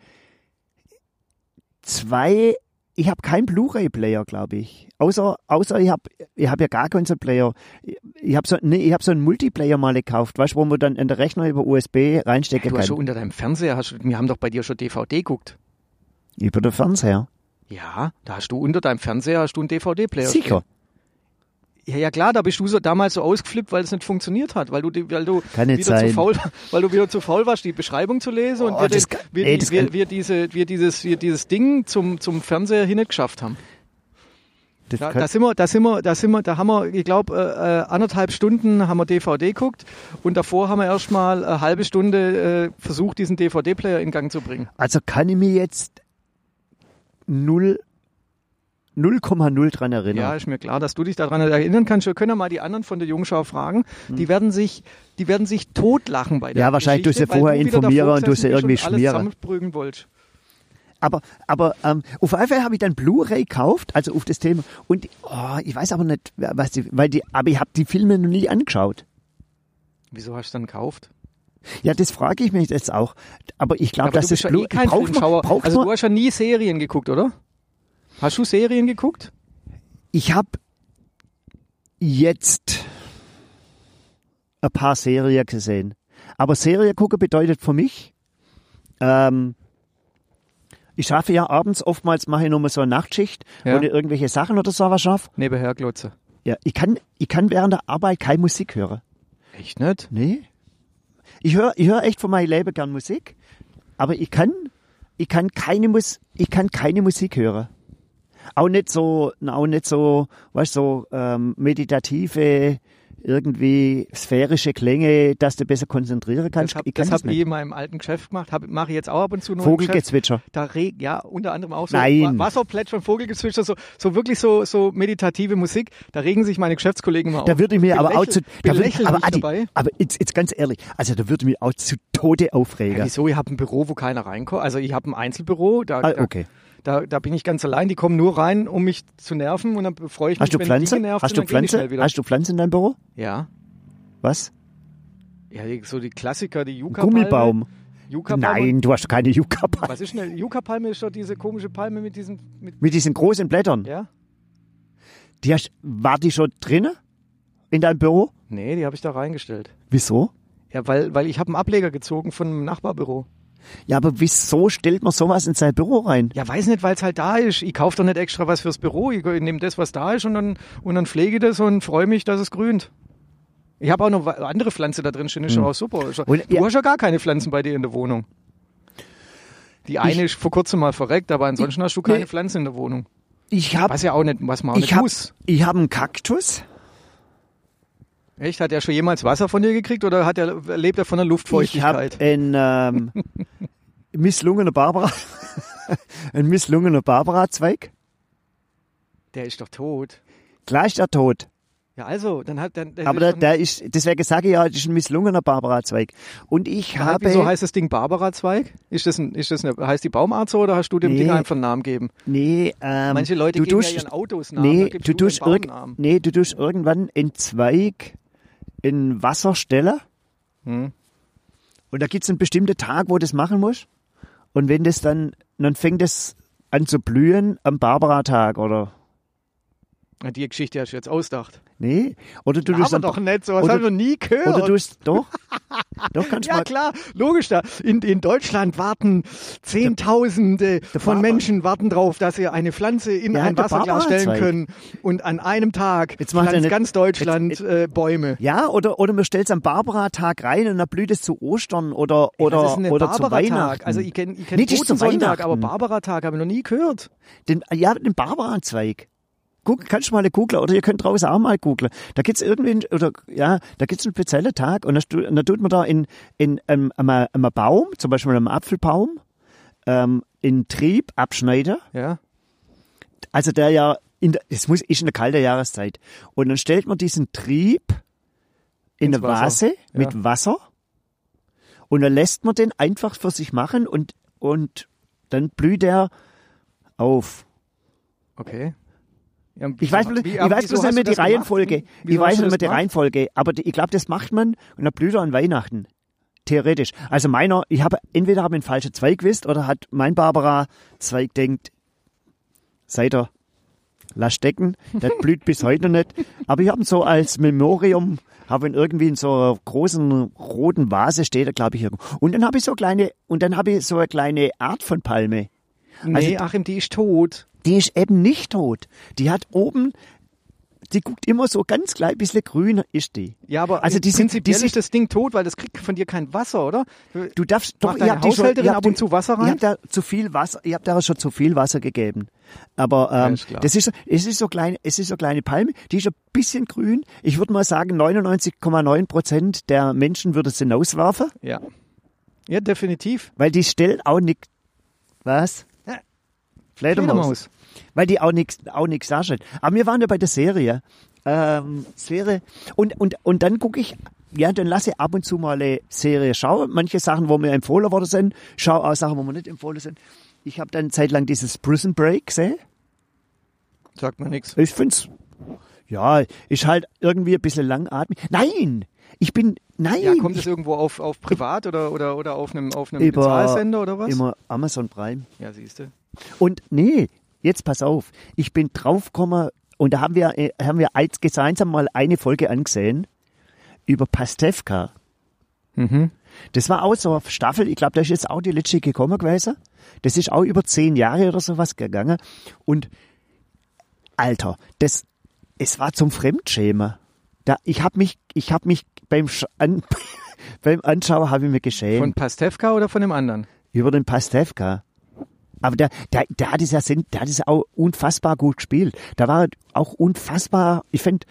Speaker 3: zwei ich habe keinen Blu-ray Player, glaube ich. Außer außer ich habe ich habe ja gar keinen so einen Player. Ich, ich habe so nee, ich habe so einen Multiplayer mal gekauft, weißt du, wo man dann in den Rechner über USB reinstecken
Speaker 2: du hast schon
Speaker 3: kann.
Speaker 2: unter deinem Fernseher, hast, du- wir haben doch bei dir schon DVD geguckt.
Speaker 3: Über den Fernseher.
Speaker 2: Ja, da hast du unter deinem Fernseher hast du einen DVD-Player.
Speaker 3: Sicher.
Speaker 2: Ja, ja klar, da bist du so damals so ausgeflippt, weil es nicht funktioniert hat, weil du, die- weil du
Speaker 3: Kann nicht
Speaker 2: wieder
Speaker 3: sein.
Speaker 2: zu faul, weil du wieder zu faul warst, die Beschreibung zu lesen und
Speaker 3: Oh,
Speaker 2: wir,
Speaker 3: das
Speaker 2: den,
Speaker 3: kann-
Speaker 2: wir,
Speaker 3: nee,
Speaker 2: die-
Speaker 3: das kann-
Speaker 2: wir, wir, diese, wir dieses, wir dieses Ding zum, zum Fernseher hin nicht geschafft haben.
Speaker 3: Das
Speaker 2: Da,
Speaker 3: kann-
Speaker 2: da sind wir, da sind wir, da sind wir, da haben wir, ich glaube, äh, äh, anderthalb Stunden haben wir DVD geguckt und davor haben wir erstmal eine halbe Stunde äh, versucht, diesen DVD-Player in Gang zu bringen.
Speaker 3: Also kann ich mir jetzt null- 0,0 dran
Speaker 2: Ja,
Speaker 3: erinnern.
Speaker 2: ist mir klar, dass du dich daran erinnern kannst. Wir können ja mal die anderen von der Jungschau fragen. Die werden sich, die werden sich totlachen bei der
Speaker 3: Hm. Ja, wahrscheinlich
Speaker 2: Geschichte,
Speaker 3: tust du
Speaker 2: weil
Speaker 3: vorher
Speaker 2: wieder
Speaker 3: informieren
Speaker 2: davor
Speaker 3: und tust du
Speaker 2: gesessen
Speaker 3: irgendwie
Speaker 2: bist und alles
Speaker 3: schmieren.
Speaker 2: zusammenprügeln wolltest.
Speaker 3: Aber, aber ähm, auf jeden Fall habe ich dann Blu-ray gekauft, also auf das Thema. Und oh, ich weiß aber nicht, was die, weil die, aber ich habe die Filme noch nie angeschaut.
Speaker 2: Wieso hast du dann gekauft?
Speaker 3: Ja, das frage ich mich jetzt auch. Aber ich glaube,
Speaker 2: Aber
Speaker 3: dass
Speaker 2: du bist
Speaker 3: das
Speaker 2: ja eh kein
Speaker 3: braucht man,
Speaker 2: Filmschauer.
Speaker 3: braucht
Speaker 2: also du
Speaker 3: man,
Speaker 2: hast ja nie Serien geguckt, oder? Hast du Serien geguckt?
Speaker 3: ich habe jetzt ein paar Serien gesehen. Aber Serie gucken bedeutet für mich, ähm, ich schaffe ja abends oftmals, mache ich nochmal so eine Nachtschicht,
Speaker 2: Ja.
Speaker 3: wo ich irgendwelche Sachen oder so was schaffe.
Speaker 2: Nebenher glotze.
Speaker 3: Ja, ich kann, ich kann während der Arbeit keine Musik hören.
Speaker 2: Echt nicht?
Speaker 3: Nee. Ich höre ich hör echt von meinem Leben gern Musik, aber ich kann, ich kann keine Mus ich kann keine Musik hören. Auch nicht so, auch nicht so, weißt du, so, ähm, meditative, irgendwie sphärische Klänge, dass du besser konzentrieren kannst.
Speaker 2: Das habe
Speaker 3: ich
Speaker 2: ich,
Speaker 3: kann
Speaker 2: das hab
Speaker 3: nicht.
Speaker 2: ich in meinem alten Geschäft gemacht, hab- mache ich jetzt auch ab und zu noch im Geschäft.
Speaker 3: Vogelgezwitscher.
Speaker 2: Da reg, ja, unter anderem auch so
Speaker 3: Nein.
Speaker 2: Wa- Wasserplätschern, Vogelgezwitscher, so, so wirklich so, so meditative Musik. Da regen sich meine Geschäftskollegen mal auf.
Speaker 3: Da würde ich mir aber auch zu, da würd-
Speaker 2: belächeln
Speaker 3: aber
Speaker 2: mich
Speaker 3: Adi,
Speaker 2: dabei.
Speaker 3: aber jetzt, jetzt ganz ehrlich, also da würde ich mich auch zu Tode
Speaker 2: Ja,
Speaker 3: aufregen.
Speaker 2: wieso? Ich habe ein Büro, wo keiner reinkommt. Also ich habe ein Einzelbüro. Da,
Speaker 3: Ah, okay.
Speaker 2: Da, da, da bin ich ganz allein. Die kommen nur rein, um mich zu nerven und dann freue ich mich,
Speaker 3: Hast du
Speaker 2: wenn
Speaker 3: Pflanze?
Speaker 2: die genervt sind,
Speaker 3: Hast du
Speaker 2: dann gehen die
Speaker 3: Pflanze?
Speaker 2: schnell wieder.
Speaker 3: Hast du Pflanze in deinem Büro?
Speaker 2: Ja.
Speaker 3: Was?
Speaker 2: Ja, die- so die Klassiker, die Yucca
Speaker 3: Gummibaum?
Speaker 2: Yucca-Palme.
Speaker 3: Nein, du hast keine yucca -Palme.
Speaker 2: Was ist denn? Yucca-Palme ist doch diese komische Palme mit diesem, mit,
Speaker 3: Mit diesen großen Blättern.
Speaker 2: ja?
Speaker 3: Die hast, war die schon drinnen? In deinem Büro?
Speaker 2: Nee, die habe ich da reingestellt.
Speaker 3: Wieso?
Speaker 2: Ja, weil, weil ich habe einen Ableger gezogen von einem Nachbarbüro.
Speaker 3: Ja, aber wieso stellt man sowas in sein Büro rein?
Speaker 2: Ja, weiß nicht, weil es halt da ist. Ich kaufe doch nicht extra was fürs Büro. Ich nehme das, was da ist und dann, und dann pflege ich das und freue mich, dass es grünt. Ich habe auch noch wa- andere Pflanze da drin stehen, ist schon auch super. Ist schon-
Speaker 3: Und-
Speaker 2: du
Speaker 3: Hm. ja.
Speaker 2: hast ja gar keine Pflanzen bei dir in der Wohnung. Die eine ist vor kurzem mal verreckt, aber ansonsten hast du keine
Speaker 3: nee.
Speaker 2: Pflanze in der Wohnung.
Speaker 3: Ich habe
Speaker 2: Was ja auch nicht, was man auch
Speaker 3: ich
Speaker 2: nicht
Speaker 3: hab,
Speaker 2: muss.
Speaker 3: ich hab einen Kaktus.
Speaker 2: Echt? Hat er schon jemals Wasser von dir gekriegt oder hat er, lebt er von der
Speaker 3: Ich habe
Speaker 2: Luftfeuchtigkeit?
Speaker 3: einen ähm, misslungenen Barbara. ein misslungener Barbara-Zweig.
Speaker 2: der ist doch tot.
Speaker 3: Klar ist er tot.
Speaker 2: Ja, also, dann hat dann, dann
Speaker 3: Aber
Speaker 2: ist
Speaker 3: der,
Speaker 2: doch-
Speaker 3: der ist, deswegen sage ich ja, das ist ein misslungener Barbara-Zweig. Und ich
Speaker 2: Hä,
Speaker 3: habe.
Speaker 2: Wieso heißt das Ding Barbara-Zweig? Ist das ein, ist das eine, heißt die Baumart so oder hast du dem
Speaker 3: Nee.
Speaker 2: Ding einfach einen Namen gegeben?
Speaker 3: nee, ähm,
Speaker 2: Manche Leute
Speaker 3: du
Speaker 2: geben ja
Speaker 3: tust-
Speaker 2: ihren Autos Namen. da
Speaker 3: Nee
Speaker 2: gibst
Speaker 3: du, tust
Speaker 2: einen
Speaker 3: irg-
Speaker 2: Baumartnamen.
Speaker 3: nee, du tust irgendwann einen Zweig in Wasser stellen.
Speaker 2: Hm.
Speaker 3: Und da gibt es einen bestimmten Tag, wo du das machen musst. Und wenn das dann, dann fängt es an zu blühen am Barbara-Tag, oder?
Speaker 2: Na, die Geschichte hast du jetzt ausgedacht.
Speaker 3: Nee. Oder du tust
Speaker 2: Aber
Speaker 3: dann
Speaker 2: doch nicht, sowas
Speaker 3: oder-
Speaker 2: habe ich noch nie gehört.
Speaker 3: Oder du tust doch. doch kannst du
Speaker 2: ja
Speaker 3: mal.
Speaker 2: klar, logisch. Da. In, in Deutschland warten Zehntausende von
Speaker 3: Barber-
Speaker 2: Menschen warten drauf, dass sie eine Pflanze in
Speaker 3: Ja,
Speaker 2: ein
Speaker 3: der
Speaker 2: Wasserglas stellen
Speaker 3: Barberzweig.
Speaker 2: können. Und an einem Tag
Speaker 3: Jetzt macht er
Speaker 2: pflanzt
Speaker 3: eine-
Speaker 2: ganz Deutschland
Speaker 3: jetzt-
Speaker 2: äh, Bäume.
Speaker 3: Ja, oder, oder man stellt es am Barbara-Tag rein und dann blüht es zu Ostern oder, oder,
Speaker 2: Was ist denn der
Speaker 3: oder zu
Speaker 2: Barbara-Tag?
Speaker 3: Weihnachten.
Speaker 2: Also ich kenne ich kenn
Speaker 3: Nee, das ist zu
Speaker 2: Totensonntag,
Speaker 3: Weihnachten.
Speaker 2: aber Barbara-Tag habe ich noch nie gehört.
Speaker 3: den, ja, den Barbara-Zweig. Guck, kannst du mal googeln oder ihr könnt draußen auch mal googeln. Da gibt's irgendwie, oder, ja, da gibt's einen speziellen Tag und da stu- und da tut man da in, in ähm, einem, einem Baum, zum Beispiel einem Apfelbaum, ähm, in Trieb abschneiden.
Speaker 2: Ja.
Speaker 3: Also der ja, in der, es muss, ist in der kalten Jahreszeit. Und dann stellt man diesen Trieb in
Speaker 2: Ins
Speaker 3: eine
Speaker 2: Wasser.
Speaker 3: Vase mit
Speaker 2: Ja.
Speaker 3: Wasser und dann lässt man den einfach für sich machen und, und dann blüht er auf.
Speaker 2: Okay. Ja,
Speaker 3: Ich weiß, bloß-
Speaker 2: wie-
Speaker 3: ich
Speaker 2: aber
Speaker 3: weiß
Speaker 2: wieso
Speaker 3: bloß
Speaker 2: hast
Speaker 3: nicht mehr
Speaker 2: du
Speaker 3: die
Speaker 2: das
Speaker 3: Reihenfolge.
Speaker 2: gemacht? Wieso
Speaker 3: Ich weiß
Speaker 2: hast du
Speaker 3: nicht mehr
Speaker 2: das
Speaker 3: die
Speaker 2: gemacht?
Speaker 3: Reihenfolge. Aber die, ich glaube, das macht man und dann blüht er an Weihnachten. Theoretisch. Also meiner, ich habe, entweder habe ich einen falschen Zweig gewusst oder hat mein Barbara-Zweig denkt, seid ihr, lass stecken, das blüht bis heute noch nicht. Aber ich habe ihn so als Memorium, habe ihn irgendwie in so einer großen roten Vase steht er, glaube ich, irgendwo. Und dann habe ich so kleine, und dann habe ich so eine kleine Art von Palme.
Speaker 2: Nee, Achim, Also, die ist tot.
Speaker 3: Die ist eben nicht tot. Die hat oben, die guckt immer so ganz klein bisschen grün ist die.
Speaker 2: Ja, aber
Speaker 3: Also
Speaker 2: also
Speaker 3: die
Speaker 2: die
Speaker 3: sind- die
Speaker 2: prinzipiell
Speaker 3: sind-
Speaker 2: ist das Ding tot, weil das kriegt von dir kein Wasser, oder?
Speaker 3: Du darfst doch,
Speaker 2: deine
Speaker 3: ihr habt die schon-
Speaker 2: Haushälterin
Speaker 3: ihr habt
Speaker 2: ab und
Speaker 3: die-
Speaker 2: zu Wasser rein?
Speaker 3: Ihr habt da zu viel Wasser, ihr habt da schon zu viel Wasser gegeben. Aber ähm,
Speaker 2: ist klar.
Speaker 3: das ist, es ist so klein, es ist so kleine Palme, die ist ein bisschen grün. Ich würde mal sagen, 99,9 Prozent der Menschen würde sie hinauswerfen,
Speaker 2: Ja. Ja, definitiv.
Speaker 3: weil die stellt auch nix. Was?
Speaker 2: Ja.
Speaker 3: Fledermaus.
Speaker 2: Fledermaus.
Speaker 3: weil die auch nichts auch nix darstellt. Aber wir waren ja bei der Serie. Ähm, Serie. Und, und, und dann gucke ich, ja, dann lasse ich ab und zu mal eine Serie schauen. Manche Sachen, wo mir empfohlen worden sind, schaue auch Sachen, wo mir nicht empfohlen sind. Ich habe dann zeitlang dieses Prison Break gesehen.
Speaker 2: Sagt mir nichts.
Speaker 3: Ich find's, ja, ist halt irgendwie ein bisschen langatmig. Nein! Ich bin, nein!
Speaker 2: Ja, kommt
Speaker 3: ich
Speaker 2: es irgendwo auf, auf privat oder, oder, oder auf einem, auf einem
Speaker 3: Über-
Speaker 2: Bezahlsender oder was?
Speaker 3: immer Amazon Prime.
Speaker 2: Ja, siehste.
Speaker 3: Und nee, jetzt pass auf, ich bin draufgekommen und da haben wir, äh, haben wir eins gemeinsam mal eine Folge angesehen über Pastewka.
Speaker 2: Mhm.
Speaker 3: Das war auch so eine Staffel, ich glaube, da ist jetzt auch die letzte gekommen gewesen. Das ist auch über zehn Jahre oder sowas gegangen. Und Alter, das, es war zum Fremdschämen. Da, ich habe mich, ich habe mich beim, Sch an, beim Anschauen habe ich mich geschämt.
Speaker 2: Von Pastewka oder von dem anderen?
Speaker 3: Über den Pastewka. Aber da, da, da hat es ja Sinn, da hat es auch unfassbar gut gespielt. Da war auch unfassbar, ich finde,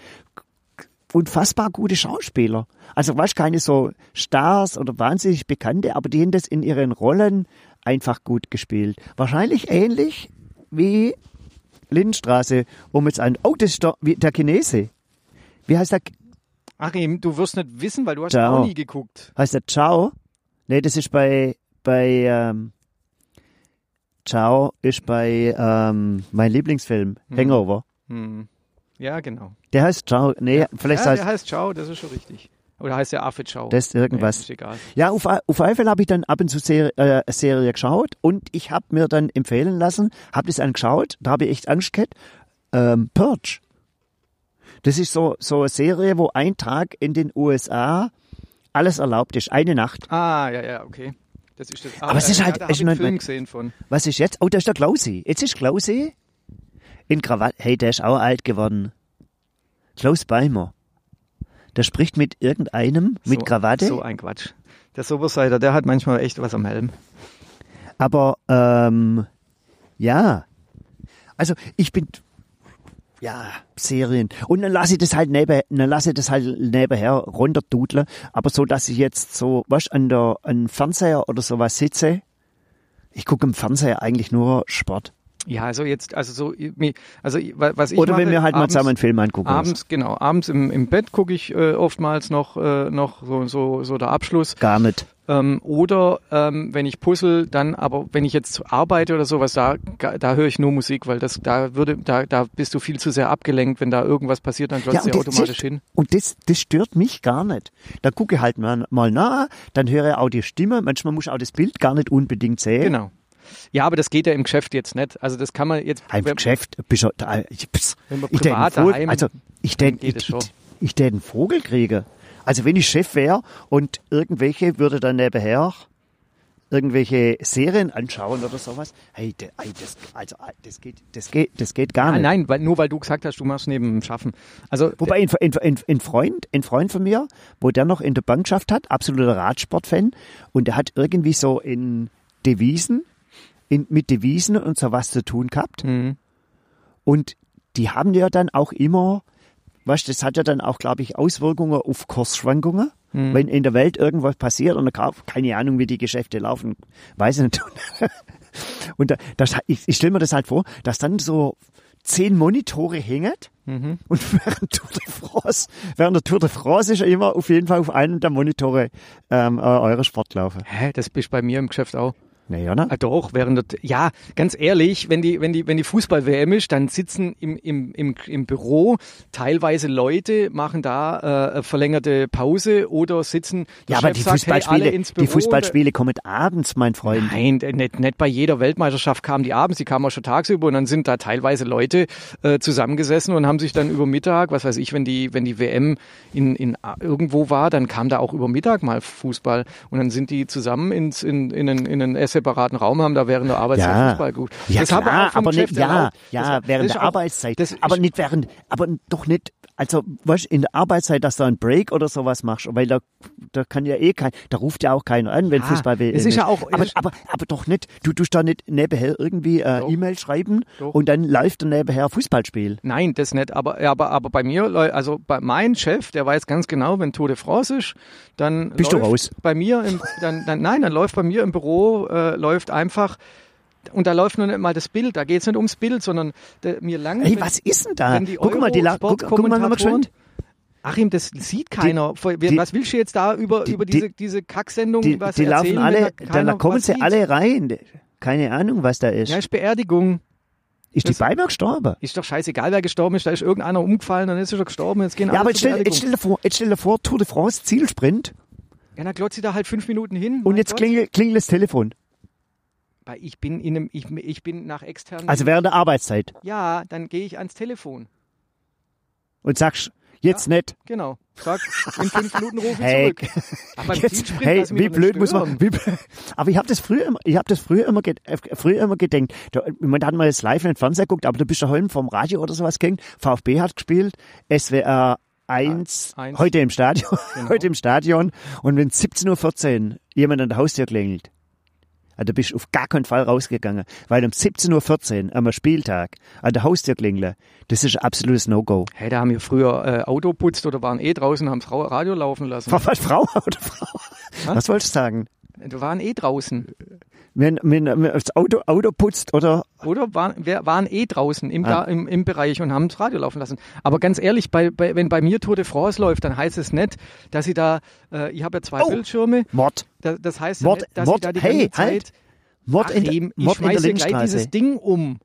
Speaker 3: unfassbar gute Schauspieler. Also weißt keine so Stars oder wahnsinnig Bekannte, aber die haben das in ihren Rollen einfach gut gespielt. Wahrscheinlich ähnlich wie Lindenstraße, um jetzt ein, oh, das ist doch, wie, der Chinese. Wie heißt der,
Speaker 2: Achim, du wirst nicht wissen, weil du hast
Speaker 3: Ciao.
Speaker 2: auch nie geguckt.
Speaker 3: Heißt der Ciao? Nee, das ist bei, bei, ähm, Ciao ist bei, ähm, mein Lieblingsfilm, Hangover.
Speaker 2: Hm. Ja, genau.
Speaker 3: Der heißt Ciao, nee, vielleicht
Speaker 2: ja,
Speaker 3: heißt,
Speaker 2: der heißt Ciao, das ist schon richtig. Oder heißt der Affe Ciao?
Speaker 3: das ist irgendwas.
Speaker 2: Nee, ist egal.
Speaker 3: Ja, auf, auf Eifel habe ich dann ab und zu Serie, äh, eine Serie geschaut und ich habe mir dann empfehlen lassen, habe das angeschaut, da habe ich echt Angst gehabt, ähm, Purge. Das ist so, so eine Serie, wo ein Tag in den USA alles erlaubt ist, eine Nacht.
Speaker 2: Ah, ja, ja, okay. Das ist das.
Speaker 3: Aber es ist halt-
Speaker 2: ja, da
Speaker 3: es ist
Speaker 2: habe ich einen
Speaker 3: nicht-
Speaker 2: Film gesehen von.
Speaker 3: Was ist jetzt? Oh, da ist der Klausi. Jetzt ist Klausi in Krawatte. Hey, der ist auch alt geworden. Klaus Beimer. Der spricht mit irgendeinem mit
Speaker 2: so,
Speaker 3: Krawatte,
Speaker 2: So ein Quatsch. Der Soberseiter, der hat manchmal echt was am Helm.
Speaker 3: aber ähm, ja. Also ich bin ja Serien und dann lasse ich das halt neben, dann lasse ich das halt nebenher runterdudeln, aber so dass ich jetzt so was an der an dem Fernseher oder sowas sitze. Ich gucke im Fernseher eigentlich nur Sport
Speaker 2: Ja, also jetzt, also so, mi- also i- wa- was ich
Speaker 3: oder wenn
Speaker 2: mache,
Speaker 3: wir halt mal
Speaker 2: abends-
Speaker 3: zusammen einen Film angucken.
Speaker 2: Abends, genau, abends im, im Bett gucke ich äh, oftmals noch, äh, noch so, so, so der Abschluss.
Speaker 3: Gar nicht.
Speaker 2: Ähm, oder ähm, wenn ich puzzle, dann aber wenn ich jetzt arbeite oder sowas, da, da höre ich nur Musik, weil das da würde, da, da bist du viel zu sehr abgelenkt, wenn da irgendwas passiert, dann glotzt ja,
Speaker 3: das-
Speaker 2: automatisch
Speaker 3: das,
Speaker 2: hin.
Speaker 3: Und das, das stört mich gar nicht. Da gucke ich halt mal, mal nach, dann höre ich auch die Stimme. Manchmal muss ich auch das Bild gar nicht unbedingt sehen.
Speaker 2: Genau. Ja, aber das geht ja im Geschäft jetzt nicht. Also das kann man jetzt.
Speaker 3: Im
Speaker 2: wenn-
Speaker 3: Geschäft, bist du, da, ich, pss,
Speaker 2: Wenn man
Speaker 3: ich tät
Speaker 2: privat
Speaker 3: einen Vogel-
Speaker 2: daheim-
Speaker 3: also ich tät,
Speaker 2: geht es
Speaker 3: ich,
Speaker 2: schon.
Speaker 3: ich, ich tät einen Vogel kriegen. Also wenn ich Chef wäre und irgendwelche würde dann nebenher irgendwelche Serien anschauen oder sowas, hey, de, ey, das, also, ey, das geht, das geht, das geht gar
Speaker 2: Ah,
Speaker 3: nicht.
Speaker 2: nein, weil, nur weil du gesagt hast, du machst neben dem Schaffen. Also
Speaker 3: Wobei ein, ein, ein, ein, Freund, ein Freund von mir, wo der noch in der Bank geschafft hat, absoluter Radsportfan, und der hat irgendwie so in Devisen, in, mit Devisen und sowas zu tun gehabt.
Speaker 2: Mhm.
Speaker 3: Und die haben ja dann auch immer, weißt du, das hat ja dann auch, glaube ich, Auswirkungen auf Kursschwankungen. Wenn in der Welt irgendwas passiert und der Kauf, keine Ahnung, wie die Geschäfte laufen, weiß ich nicht. Und da, das, ich, ich stelle mir das halt vor, dass dann so zehn Monitore hänget
Speaker 2: Mhm.
Speaker 3: und während Tour de France, während der Tour de France ist ja immer auf jeden Fall auf einem der Monitore ähm, äh, eure Sportlaufe.
Speaker 2: Hä, das bist bei mir im Geschäft auch.
Speaker 3: Naja, ne?
Speaker 2: Ah, doch, während der, ja, ganz ehrlich, wenn die, wenn die, wenn die Fußball-WM ist, dann sitzen im, im, im, im Büro teilweise Leute, machen da äh, eine verlängerte Pause oder sitzen, der
Speaker 3: Ja, aber
Speaker 2: Chef
Speaker 3: die
Speaker 2: sagt, hey,
Speaker 3: Fußballspiele,
Speaker 2: alle ins Büro.
Speaker 3: die Fußballspiele kommen abends, mein Freund.
Speaker 2: Nein, äh, nicht, nicht bei jeder Weltmeisterschaft kamen die abends, die kamen auch schon tagsüber und dann sind da teilweise Leute äh, zusammengesessen und haben sich dann über Mittag, was weiß ich, wenn die, wenn die WM in, in a- irgendwo war, dann kam da auch über Mittag mal Fußball und dann sind die zusammen ins, in, in, einen, in einen separaten Raum, haben da während der Arbeitszeit
Speaker 3: Ja.
Speaker 2: Fußball geguckt.
Speaker 3: Ja,
Speaker 2: das
Speaker 3: klar,
Speaker 2: haben wir auch vom
Speaker 3: aber
Speaker 2: Chef
Speaker 3: nicht, ja,
Speaker 2: erlaubt.
Speaker 3: ja,
Speaker 2: das, das
Speaker 3: während der
Speaker 2: ist auch-
Speaker 3: Arbeitszeit.
Speaker 2: das
Speaker 3: aber
Speaker 2: ist-
Speaker 3: nicht während, aber doch nicht, also, weißt du, in der Arbeitszeit, dass du einen Break oder sowas machst, weil da, da kann ja eh kein, da ruft ja auch keiner an, wenn
Speaker 2: Ah,
Speaker 3: Fußball will.
Speaker 2: es ist ja auch-
Speaker 3: aber,
Speaker 2: es-
Speaker 3: aber, aber doch nicht, du tust da nicht nebenher irgendwie äh,
Speaker 2: Doch.
Speaker 3: E-Mail schreiben
Speaker 2: Doch.
Speaker 3: und dann läuft dann nebenher Fußballspiel.
Speaker 2: Nein, das nicht. Aber, aber, aber bei mir, läu- also bei meinem Chef, der weiß ganz genau, wenn Tour de France ist, dann
Speaker 3: Bist du
Speaker 2: läuft
Speaker 3: raus.
Speaker 2: bei mir, im, dann, dann, nein, dann läuft bei mir im Büro, äh, läuft einfach, und da läuft nur nicht mal das Bild, da geht's nicht ums Bild, sondern der, mir lange...
Speaker 3: Hey, was ist denn da?
Speaker 2: wenn die
Speaker 3: Guck mal, die La- guck, guck mal nochmal
Speaker 2: Eurosport-Kommentatoren-
Speaker 3: geschwind.
Speaker 2: Achim, das sieht keiner. Vor-
Speaker 3: die-
Speaker 2: was willst du jetzt da über,
Speaker 3: die-
Speaker 2: über
Speaker 3: die-
Speaker 2: diese, diese Kacksendung
Speaker 3: Die,
Speaker 2: was
Speaker 3: die
Speaker 2: erzählen,
Speaker 3: laufen
Speaker 2: wenn
Speaker 3: alle,
Speaker 2: da
Speaker 3: dann
Speaker 2: keiner
Speaker 3: kommen
Speaker 2: was
Speaker 3: sie
Speaker 2: sieht?
Speaker 3: alle rein. Keine Ahnung, was da ist.
Speaker 2: Ja, ist Beerdigung.
Speaker 3: ist die
Speaker 2: das-
Speaker 3: Beimer gestorben?
Speaker 2: Ist doch scheißegal, wer gestorben ist. Da ist irgendeiner umgefallen, dann ist er schon gestorben. Jetzt gehen alle
Speaker 3: Ja, aber
Speaker 2: zur Beerdigung.
Speaker 3: jetzt stell, jetzt stell dir vor, jetzt stell dir vor, Tour de France, Zielsprint.
Speaker 2: Ja, dann glotzt sie da halt fünf Minuten hin.
Speaker 3: Und
Speaker 2: Mein
Speaker 3: jetzt
Speaker 2: Gott.
Speaker 3: klingelt, klingelt das Telefon.
Speaker 2: Weil ich bin in einem, ich, ich bin nach externen.
Speaker 3: Also während der Arbeitszeit.
Speaker 2: ja, dann gehe ich ans Telefon.
Speaker 3: Und sagst, jetzt nicht.
Speaker 2: Genau. Sag, in fünf Minuten rufe ich
Speaker 3: Hey,
Speaker 2: zurück. Aber beim
Speaker 3: Jetzt,
Speaker 2: Zielsprint
Speaker 3: hey,
Speaker 2: lass mich
Speaker 3: wie
Speaker 2: doch nicht
Speaker 3: blöd muss man.
Speaker 2: stören.
Speaker 3: Wie, blöd- aber ich habe das früher immer, ich habe das früher immer, ged- äh, früher immer gedenkt. Da, ich meine, da hat man jetzt live in den Fernseher geguckt, aber du bist ja heute vom Radio oder sowas gegangen. VfB hat gespielt, SWR 1,
Speaker 2: Ja, eins.
Speaker 3: heute im Stadion,
Speaker 2: Genau.
Speaker 3: heute im Stadion. Und wenn 17.14 Uhr jemand an der Haustür klingelt, ja, da bist du auf gar keinen Fall rausgegangen. Weil um 17.14 Uhr am Spieltag an der Haustür klingeln, das ist ein absolutes No-Go.
Speaker 2: Hey, da haben wir früher äh, Auto putzt oder waren eh draußen, haben das Ra- Radio laufen lassen.
Speaker 3: Frau, was, Frau oder Frau? Was wolltest du sagen?
Speaker 2: Wir waren eh draußen.
Speaker 3: Wenn, wenn, wenn das Auto, Auto putzt oder
Speaker 2: Oder waren, wir waren eh draußen im,
Speaker 3: Ah.
Speaker 2: da, im, im Bereich und haben das Radio laufen lassen. Aber ganz ehrlich, bei, bei, wenn bei mir Tour de France läuft, dann heißt es nicht, dass ich da, äh, ich habe ja zwei
Speaker 3: Oh.
Speaker 2: Bildschirme,
Speaker 3: Mord.
Speaker 2: da, das heißt
Speaker 3: Wort-
Speaker 2: ja nicht, dass
Speaker 3: Wort-
Speaker 2: ich da die
Speaker 3: hey,
Speaker 2: ganze Zeit
Speaker 3: halt. Mord in,
Speaker 2: Achim,
Speaker 3: der-
Speaker 2: ich
Speaker 3: Mord in der
Speaker 2: schmeiße gleich
Speaker 3: Lindenstraße.
Speaker 2: dieses Ding um.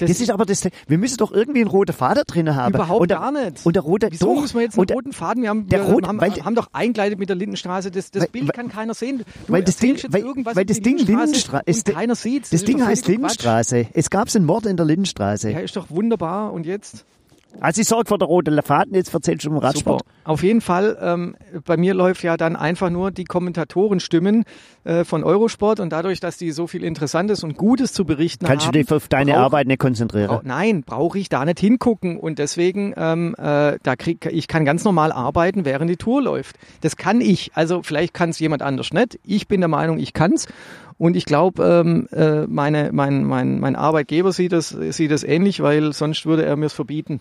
Speaker 2: Das,
Speaker 3: Das ist aber das, wir müssen doch irgendwie einen roten Faden drin haben.
Speaker 2: überhaupt
Speaker 3: und der,
Speaker 2: gar nicht.
Speaker 3: Und der rote,
Speaker 2: Wieso
Speaker 3: doch,
Speaker 2: müssen wir jetzt einen
Speaker 3: und der,
Speaker 2: roten Faden? Wir haben,
Speaker 3: der
Speaker 2: wir
Speaker 3: rote-
Speaker 2: haben,
Speaker 3: weil-
Speaker 2: haben doch eingeleitet mit der Lindenstraße. Das, das
Speaker 3: Weil-
Speaker 2: Bild
Speaker 3: weil-
Speaker 2: kann keiner sehen. Du
Speaker 3: weil das Ding,
Speaker 2: erzählst jetzt
Speaker 3: weil,
Speaker 2: irgendwas
Speaker 3: weil
Speaker 2: über
Speaker 3: das
Speaker 2: die
Speaker 3: Ding Lindenstraße,
Speaker 2: und keiner sieht's.
Speaker 3: das
Speaker 2: ist
Speaker 3: Ding
Speaker 2: doch
Speaker 3: heißt
Speaker 2: völliger Quatsch.
Speaker 3: Lindenstraße. Es gab einen Mord in der Lindenstraße.
Speaker 2: Ja, ist doch wunderbar. Und jetzt?
Speaker 3: Also ich sorge für den roten Faden, jetzt erzählst du vom Radsport.
Speaker 2: Super. Auf jeden Fall, ähm, bei mir läuft ja dann einfach nur die Kommentatorenstimmen äh, von Eurosport und dadurch, dass die so viel Interessantes und Gutes zu berichten
Speaker 3: Kannst du
Speaker 2: haben. Oh.
Speaker 3: dich auf deine
Speaker 2: brauch-
Speaker 3: Arbeit nicht konzentrieren.
Speaker 2: Brau- Nein, brauche ich da nicht hingucken und deswegen, ähm, äh, da krieg, ich kann ganz normal arbeiten, während die Tour läuft. Das kann ich. Also vielleicht kann es jemand anders nicht. Ich bin der Meinung, ich kann's und ich glaube, ähm, äh, meine, mein, mein, mein Arbeitgeber sieht das, sieht das ähnlich, weil sonst würde er mir's verbieten.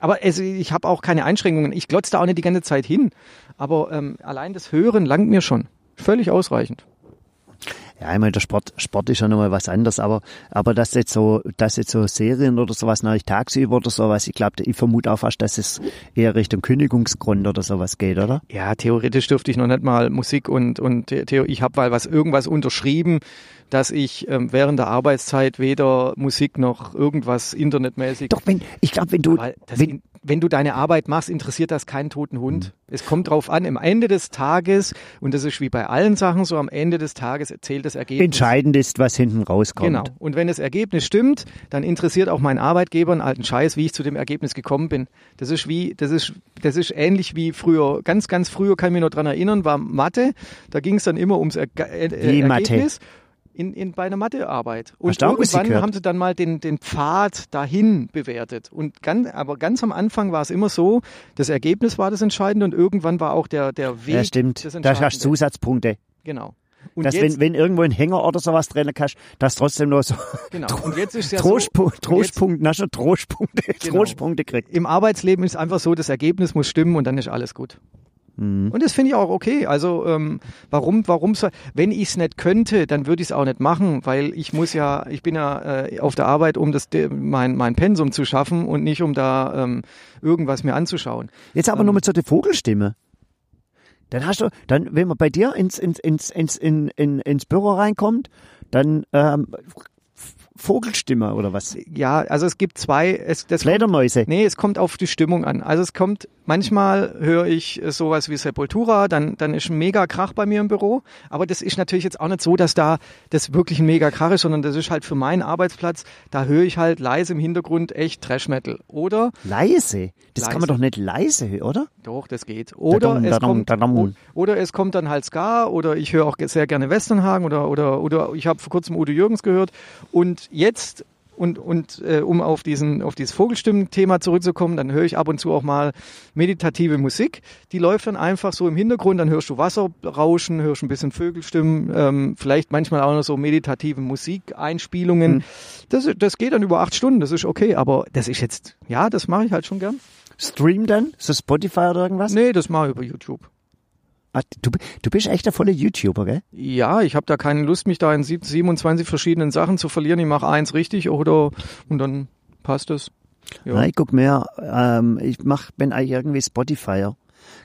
Speaker 2: Aber es, ich habe auch keine Einschränkungen. Ich glotze da auch nicht die ganze Zeit hin. Aber ähm, allein das Hören langt mir schon. Völlig ausreichend.
Speaker 3: Ja, einmal der Sport, Sport ist ja nochmal was anderes, aber, aber dass jetzt so, dass jetzt so Serien oder sowas natürlich tagsüber oder sowas, ich glaube, ich vermute auch fast, dass es eher Richtung Kündigungsgrund oder sowas geht, oder?
Speaker 2: Ja, theoretisch dürfte ich noch nicht mal Musik und und The- Theo, ich habe mal was irgendwas unterschrieben, dass ich ähm, während der Arbeitszeit weder Musik noch irgendwas internetmäßig.
Speaker 3: Doch, wenn, ich glaube, wenn du,
Speaker 2: Weil das,
Speaker 3: wenn,
Speaker 2: wenn, wenn du deine Arbeit machst, interessiert das keinen toten Hund.
Speaker 3: Mhm.
Speaker 2: Es kommt drauf an, am Ende des Tages, und das ist wie bei allen Sachen so, am Ende des Tages zählt das Ergebnis.
Speaker 3: Entscheidend ist, was hinten rauskommt.
Speaker 2: Genau. Und wenn das Ergebnis stimmt, dann interessiert auch mein Arbeitgeber einen alten Scheiß, wie ich zu dem Ergebnis gekommen bin. Das ist wie, das ist, das ist ähnlich wie früher. Ganz, ganz früher kann ich mich noch dran erinnern, war Mathe. Da ging es dann immer ums Erge äh,
Speaker 3: Wie
Speaker 2: Ergebnis.
Speaker 3: Mathe?
Speaker 2: In, in, bei einer Mathearbeit. Und
Speaker 3: Hast du auch Musik
Speaker 2: irgendwann
Speaker 3: gehört?
Speaker 2: haben sie dann mal den, den Pfad dahin bewertet. Und ganz, aber ganz am Anfang war es immer so, das Ergebnis war das Entscheidende und irgendwann war auch der, der Weg
Speaker 3: Ja, stimmt.
Speaker 2: das
Speaker 3: Da hast du
Speaker 2: Entscheidende.
Speaker 3: Zusatzpunkte.
Speaker 2: Genau. Und
Speaker 3: dass
Speaker 2: jetzt,
Speaker 3: wenn, wenn irgendwo ein Hänger oder sowas drin kannst, dass trotzdem nur so
Speaker 2: genau. Und jetzt ist ja
Speaker 3: Trostpu
Speaker 2: so, und jetzt,
Speaker 3: Trostpunkt, na schon Trostpunkte,
Speaker 2: Genau.
Speaker 3: Trostpunkte kriegt.
Speaker 2: im Arbeitsleben ist einfach so, das Ergebnis muss stimmen und dann ist alles gut. Und das finde ich auch okay. Also ähm, warum, warum soll, wenn ich es nicht könnte, dann würde ich es auch nicht machen, weil ich muss ja, ich bin ja äh, auf der Arbeit, um das de- mein mein Pensum zu schaffen und nicht um da ähm, irgendwas mir anzuschauen.
Speaker 3: Jetzt
Speaker 2: Ähm.
Speaker 3: aber nochmal zu der Vogelstimme. Dann hast du, dann, wenn man bei dir ins, ins, ins, ins, in, in, ins Büro reinkommt, dann ähm, Vogelstimme oder was?
Speaker 2: Ja, also es gibt zwei, es, das
Speaker 3: Fledermäuse.
Speaker 2: Nee, es kommt auf die Stimmung an. Also es kommt, manchmal höre ich äh, sowas wie Sepultura, dann, dann ist ein mega Krach bei mir im Büro. Aber das ist natürlich jetzt auch nicht so, dass da das wirklich ein mega Krach ist, sondern das ist halt für meinen Arbeitsplatz, da höre ich halt leise im Hintergrund echt Trash Metal. Oder,
Speaker 3: Leise. Das kann man
Speaker 2: Leise.
Speaker 3: doch nicht leise, hören, oder?
Speaker 2: doch, das geht. Oder,
Speaker 3: Dadam,
Speaker 2: es,
Speaker 3: dadam,
Speaker 2: kommt,
Speaker 3: dadam.
Speaker 2: o- oder es kommt dann halt Ska oder ich höre auch ge- sehr gerne Westernhagen oder, oder, oder ich habe vor kurzem Udo Jürgens gehört. Und jetzt und, und äh, um auf, diesen, auf dieses Vogelstimmen-Thema zurückzukommen, dann höre ich ab und zu auch mal meditative Musik. Die läuft dann einfach so im Hintergrund, dann hörst du Wasser rauschen, hörst ein bisschen Vögelstimmen, ähm, vielleicht manchmal auch noch so meditative Musikeinspielungen. Das, das geht dann über acht Stunden, das ist okay, aber das ist jetzt, ja, das mache ich halt schon gern.
Speaker 3: Stream dann? So Spotify oder irgendwas?
Speaker 2: Nee, das mache ich über YouTube.
Speaker 3: Ah, Du, du bist echt der volle YouTuber, gell?
Speaker 2: Ja, ich habe da keine Lust, mich da in sieb- 27 verschiedenen Sachen zu verlieren. Ich mache eins richtig oder und dann passt es. Ja.
Speaker 3: Nein, ich guck mehr. Ähm, ich mach, bin eigentlich irgendwie Spotifyer.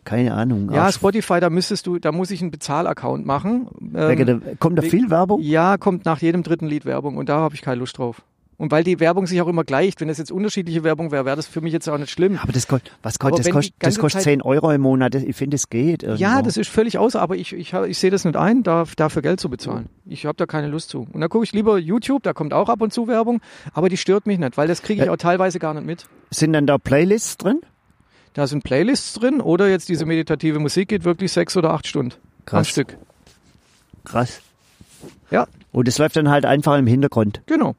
Speaker 3: Keine Ahnung.
Speaker 2: Ja,
Speaker 3: Auch
Speaker 2: Spotify, da müsstest du, da muss ich einen Bezahlaccount machen. Ähm,
Speaker 3: wegen der, kommt da viel Werbung?
Speaker 2: ja, kommt nach jedem dritten Lied Werbung und da habe ich keine Lust drauf. Und weil die Werbung sich auch immer gleicht, wenn das jetzt unterschiedliche Werbung wäre, wäre das für mich jetzt auch nicht schlimm.
Speaker 3: Aber das kostet, was
Speaker 2: Aber
Speaker 3: kostet, das
Speaker 2: wenn die
Speaker 3: kostet, das
Speaker 2: ganze
Speaker 3: kostet
Speaker 2: Zeit-
Speaker 3: 10 Euro im Monat. Ich finde, das geht irgendwo.
Speaker 2: Ja, das ist völlig außer, aber ich, ich, ich sehe das nicht ein, da, dafür Geld zu bezahlen. Ich habe da keine Lust zu. Und da gucke ich lieber YouTube, da kommt auch ab und zu Werbung, aber die stört mich nicht, weil das kriege ich
Speaker 3: Ja.
Speaker 2: auch teilweise gar nicht mit.
Speaker 3: Sind dann da Playlists drin?
Speaker 2: Da sind Playlists drin oder jetzt diese meditative Musik geht wirklich sechs oder acht Stunden am
Speaker 3: Krass.
Speaker 2: Stück.
Speaker 3: Krass.
Speaker 2: Ja,
Speaker 3: Und das läuft dann halt einfach im Hintergrund.
Speaker 2: genau.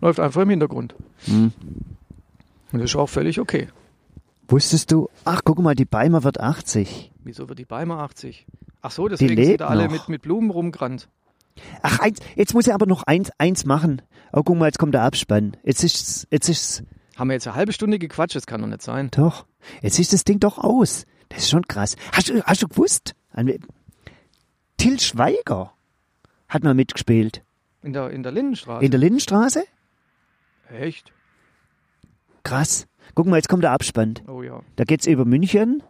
Speaker 2: Läuft einfach im Hintergrund.
Speaker 3: Mhm.
Speaker 2: Und das ist auch völlig okay.
Speaker 3: Wusstest du, ach, guck mal, die Beimer wird 80.
Speaker 2: Wieso wird die Beimer 80? Ach so, deswegen
Speaker 3: lebt
Speaker 2: sind da alle
Speaker 3: noch.
Speaker 2: mit, mit Blumen rumgerannt.
Speaker 3: Ach, eins, jetzt muss er aber noch eins, eins machen. Oh, guck mal, jetzt kommt der Abspann. Jetzt ist's, jetzt ist's,
Speaker 2: Haben wir jetzt eine halbe Stunde gequatscht, das kann doch nicht sein.
Speaker 3: Doch. Jetzt ist das Ding doch aus. Das ist schon krass. Hast du, hast du gewusst? An- Till Schweiger hat mal mitgespielt.
Speaker 2: In der, in der Lindenstraße.
Speaker 3: In der Lindenstraße?
Speaker 2: Echt?
Speaker 3: Krass. Guck mal, jetzt kommt der Abspann.
Speaker 2: Oh ja.
Speaker 3: Da geht's über München.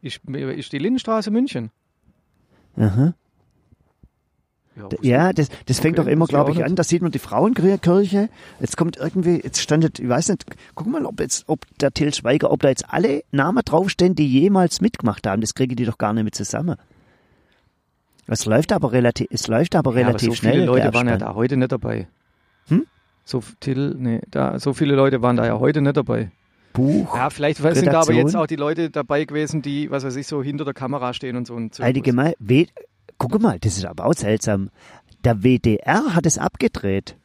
Speaker 2: Ist, ist die Lindenstraße München?
Speaker 3: Aha.
Speaker 2: Ja, wusste
Speaker 3: Ja, das, das fängt
Speaker 2: Okay,
Speaker 3: doch immer,
Speaker 2: wusste ich
Speaker 3: glaube
Speaker 2: auch
Speaker 3: ich, an. Da sieht man die Frauenkirche. Jetzt kommt irgendwie, jetzt standet, ich weiß nicht, guck mal, ob jetzt, ob der Till Schweiger, ob da jetzt alle Namen draufstehen, die jemals mitgemacht haben. Das kriege die doch gar nicht mehr zusammen. Es läuft aber relativ, es läuft aber
Speaker 2: Ja,
Speaker 3: relativ
Speaker 2: aber so
Speaker 3: schnell.
Speaker 2: Viele
Speaker 3: der
Speaker 2: Leute waren halt ja
Speaker 3: Abspann.
Speaker 2: da heute nicht dabei.
Speaker 3: Hm?
Speaker 2: So, f- Till, nee, da, so viele Leute waren da ja heute nicht dabei.
Speaker 3: Buch.
Speaker 2: Ja, vielleicht sind da aber
Speaker 3: Redaktion.
Speaker 2: jetzt auch die Leute dabei gewesen, die, was weiß ich, so hinter der Kamera stehen und so. Und so.
Speaker 3: Einige Mal, Äh, we, guck mal, das ist aber auch seltsam. Der WDR hat es abgedreht.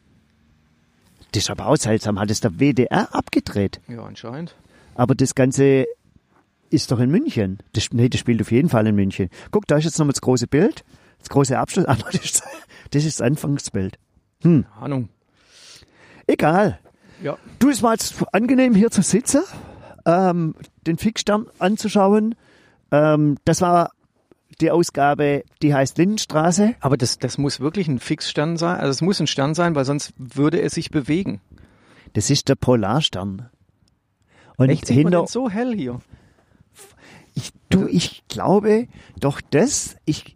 Speaker 3: Das ist aber auch seltsam, hat es der WDR abgedreht.
Speaker 2: Ja, anscheinend.
Speaker 3: Aber das Ganze ist doch in München. Das, nee, das spielt auf jeden Fall in München. Guck, da ist jetzt nochmal das große Bild, das große Abschluss, aber das ist das, ist das Anfangsbild.
Speaker 2: Keine Ahnung.
Speaker 3: Egal.
Speaker 2: Ja,
Speaker 3: Du, es war jetzt angenehm, hier zu sitzen, ähm, den Fixstern anzuschauen. Ähm, das war die Ausgabe, die heißt Lindenstraße.
Speaker 2: aber das, das muss wirklich ein Fixstern sein. Also es muss ein Stern sein, weil sonst würde es sich bewegen.
Speaker 3: Das ist der Polarstern. Und
Speaker 2: Echt sieht man
Speaker 3: hinter,
Speaker 2: denn so hell hier.
Speaker 3: ich,
Speaker 2: Also-
Speaker 3: du, ich glaube doch das, ich,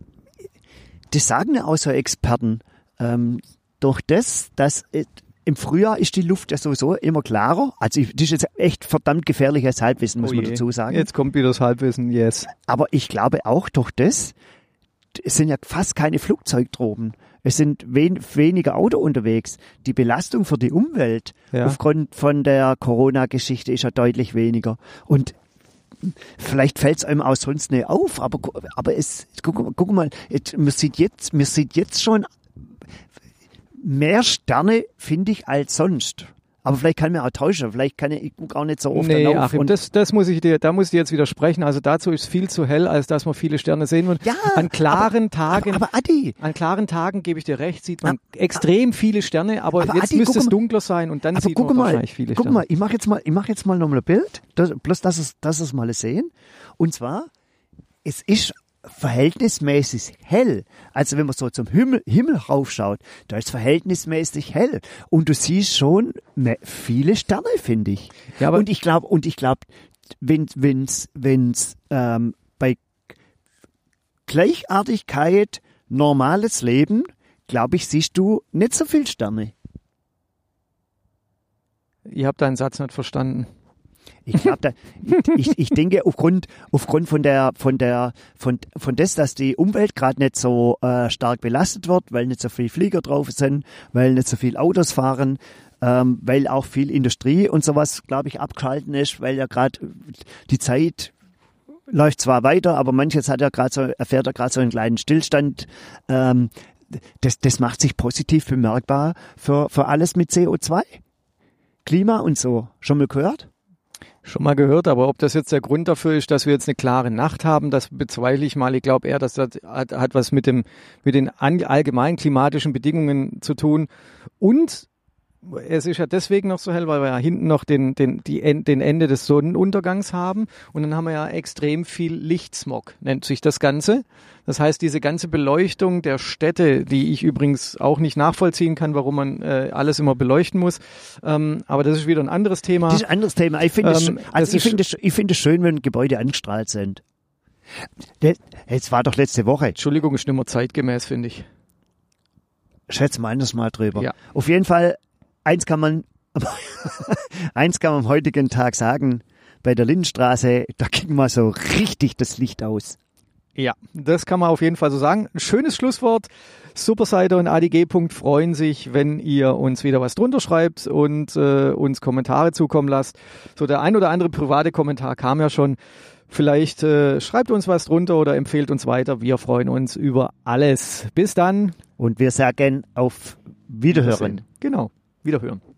Speaker 3: das sagen ja auch so Experten, ähm, doch das, dass äh, im Frühjahr ist die Luft ja sowieso immer klarer. Also ich, das ist jetzt echt verdammt gefährliches Halbwissen, muss
Speaker 2: Oh
Speaker 3: man
Speaker 2: je.
Speaker 3: dazu sagen.
Speaker 2: Jetzt kommt wieder das Halbwissen, yes.
Speaker 3: Aber ich glaube auch durch das, es sind ja fast keine Flugzeugtropen. Es sind wen, weniger Auto unterwegs. Die Belastung für die Umwelt
Speaker 2: Ja.
Speaker 3: aufgrund von der Corona-Geschichte ist ja deutlich weniger. Und vielleicht fällt es einem auch sonst nicht auf, aber, gu- aber es, guck, mal- guck mal, jetzt, man, sieht jetzt, man sieht jetzt schon mehr Sterne, finde ich, als sonst. Aber vielleicht kann man auch täuschen, vielleicht kann ich, ich gucke auch nicht so oft
Speaker 2: Nee,
Speaker 3: danach
Speaker 2: Achim,
Speaker 3: und-
Speaker 2: das, das muss ich dir, da muss ich dir jetzt widersprechen. Also dazu ist viel zu hell, als dass man viele Sterne sehen würde.
Speaker 3: Ja,
Speaker 2: an klaren Tagen,
Speaker 3: aber Adi,
Speaker 2: an klaren Tagen gebe ich dir recht, sieht man extrem viele Sterne, aber,
Speaker 3: Aber
Speaker 2: jetzt
Speaker 3: Adi,
Speaker 2: müsste
Speaker 3: guck
Speaker 2: es
Speaker 3: mal-
Speaker 2: dunkler sein und dann
Speaker 3: aber
Speaker 2: sieht
Speaker 3: Also guck
Speaker 2: man
Speaker 3: mal,
Speaker 2: wahrscheinlich viele
Speaker 3: guck
Speaker 2: Sterne.
Speaker 3: mal, ich mache jetzt mal, ich mache jetzt mal nochmal ein Bild, das, bloß dass es, dass es mal sehen. Und zwar, es ist verhältnismäßig hell. Also wenn man so zum Himmel, Himmel raufschaut, da ist verhältnismäßig hell. Und du siehst schon me- viele Sterne, finde ich.
Speaker 2: Ja, aber-
Speaker 3: und ich glaube, und ich glaube, wenn, wenn's, wenn's, ähm, bei Gleichartigkeit, normales Leben, glaube ich, siehst du nicht so viel Sterne.
Speaker 2: Ich habe deinen Satz nicht verstanden.
Speaker 3: Ich glaube, da, ich, ich denke aufgrund aufgrund von der von der von von des, dass die Umwelt gerade nicht so äh, stark belastet wird, weil nicht so viel Flieger drauf sind, weil nicht so viel Autos fahren, ähm, weil auch viel Industrie und sowas, glaube ich, abgehalten ist, weil ja gerade die Zeit läuft zwar weiter, aber manches hat ja gerade so erfährt ja gerade so einen kleinen Stillstand. Ähm, das, das macht sich positiv bemerkbar für, für alles mit CO2. Klima und so. Schon mal gehört?
Speaker 2: Schon mal gehört, aber ob das jetzt der Grund dafür ist, dass wir jetzt eine klare Nacht haben, das bezweifle ich mal. Ich glaube eher, dass das hat, hat was mit, dem, mit den an, allgemeinen klimatischen Bedingungen zu tun. Und es ist ja deswegen noch so hell, weil wir ja hinten noch den, den, die, En- den Ende des Sonnenuntergangs haben. Und dann haben wir ja extrem viel Lichtsmog, nennt sich das Ganze. Das heißt, diese ganze Beleuchtung der Städte, die ich übrigens auch nicht nachvollziehen kann, warum man äh, alles immer beleuchten muss. Ähm, aber das ist wieder ein anderes Thema.
Speaker 3: Das ist ein anderes Thema. Ich finde es
Speaker 2: Ähm,
Speaker 3: sch-
Speaker 2: das
Speaker 3: also ich
Speaker 2: ist-
Speaker 3: finde es sch- ich finde es schön, wenn Gebäude angestrahlt sind. Das- Jetzt war doch letzte Woche.
Speaker 2: Entschuldigung, ist nicht mehr zeitgemäß, finde ich.
Speaker 3: Schätz mal anders mal drüber.
Speaker 2: Ja.
Speaker 3: Auf jeden Fall, eins kann man, eins kann man am heutigen Tag sagen. Bei der Lindenstraße, da ging mal so richtig das Licht aus.
Speaker 2: Ja, das kann man auf jeden Fall so sagen. Ein Schönes Schlusswort. Supersider und ADG. freuen sich, wenn ihr uns wieder was drunter schreibt und äh, uns Kommentare zukommen lasst. So der ein oder andere private Kommentar kam ja schon. Vielleicht äh, schreibt uns was drunter oder empfehlt uns weiter. Wir freuen uns über alles. Bis dann.
Speaker 3: Und wir sagen auf Wiederhören.
Speaker 2: Genau. Wiederhören.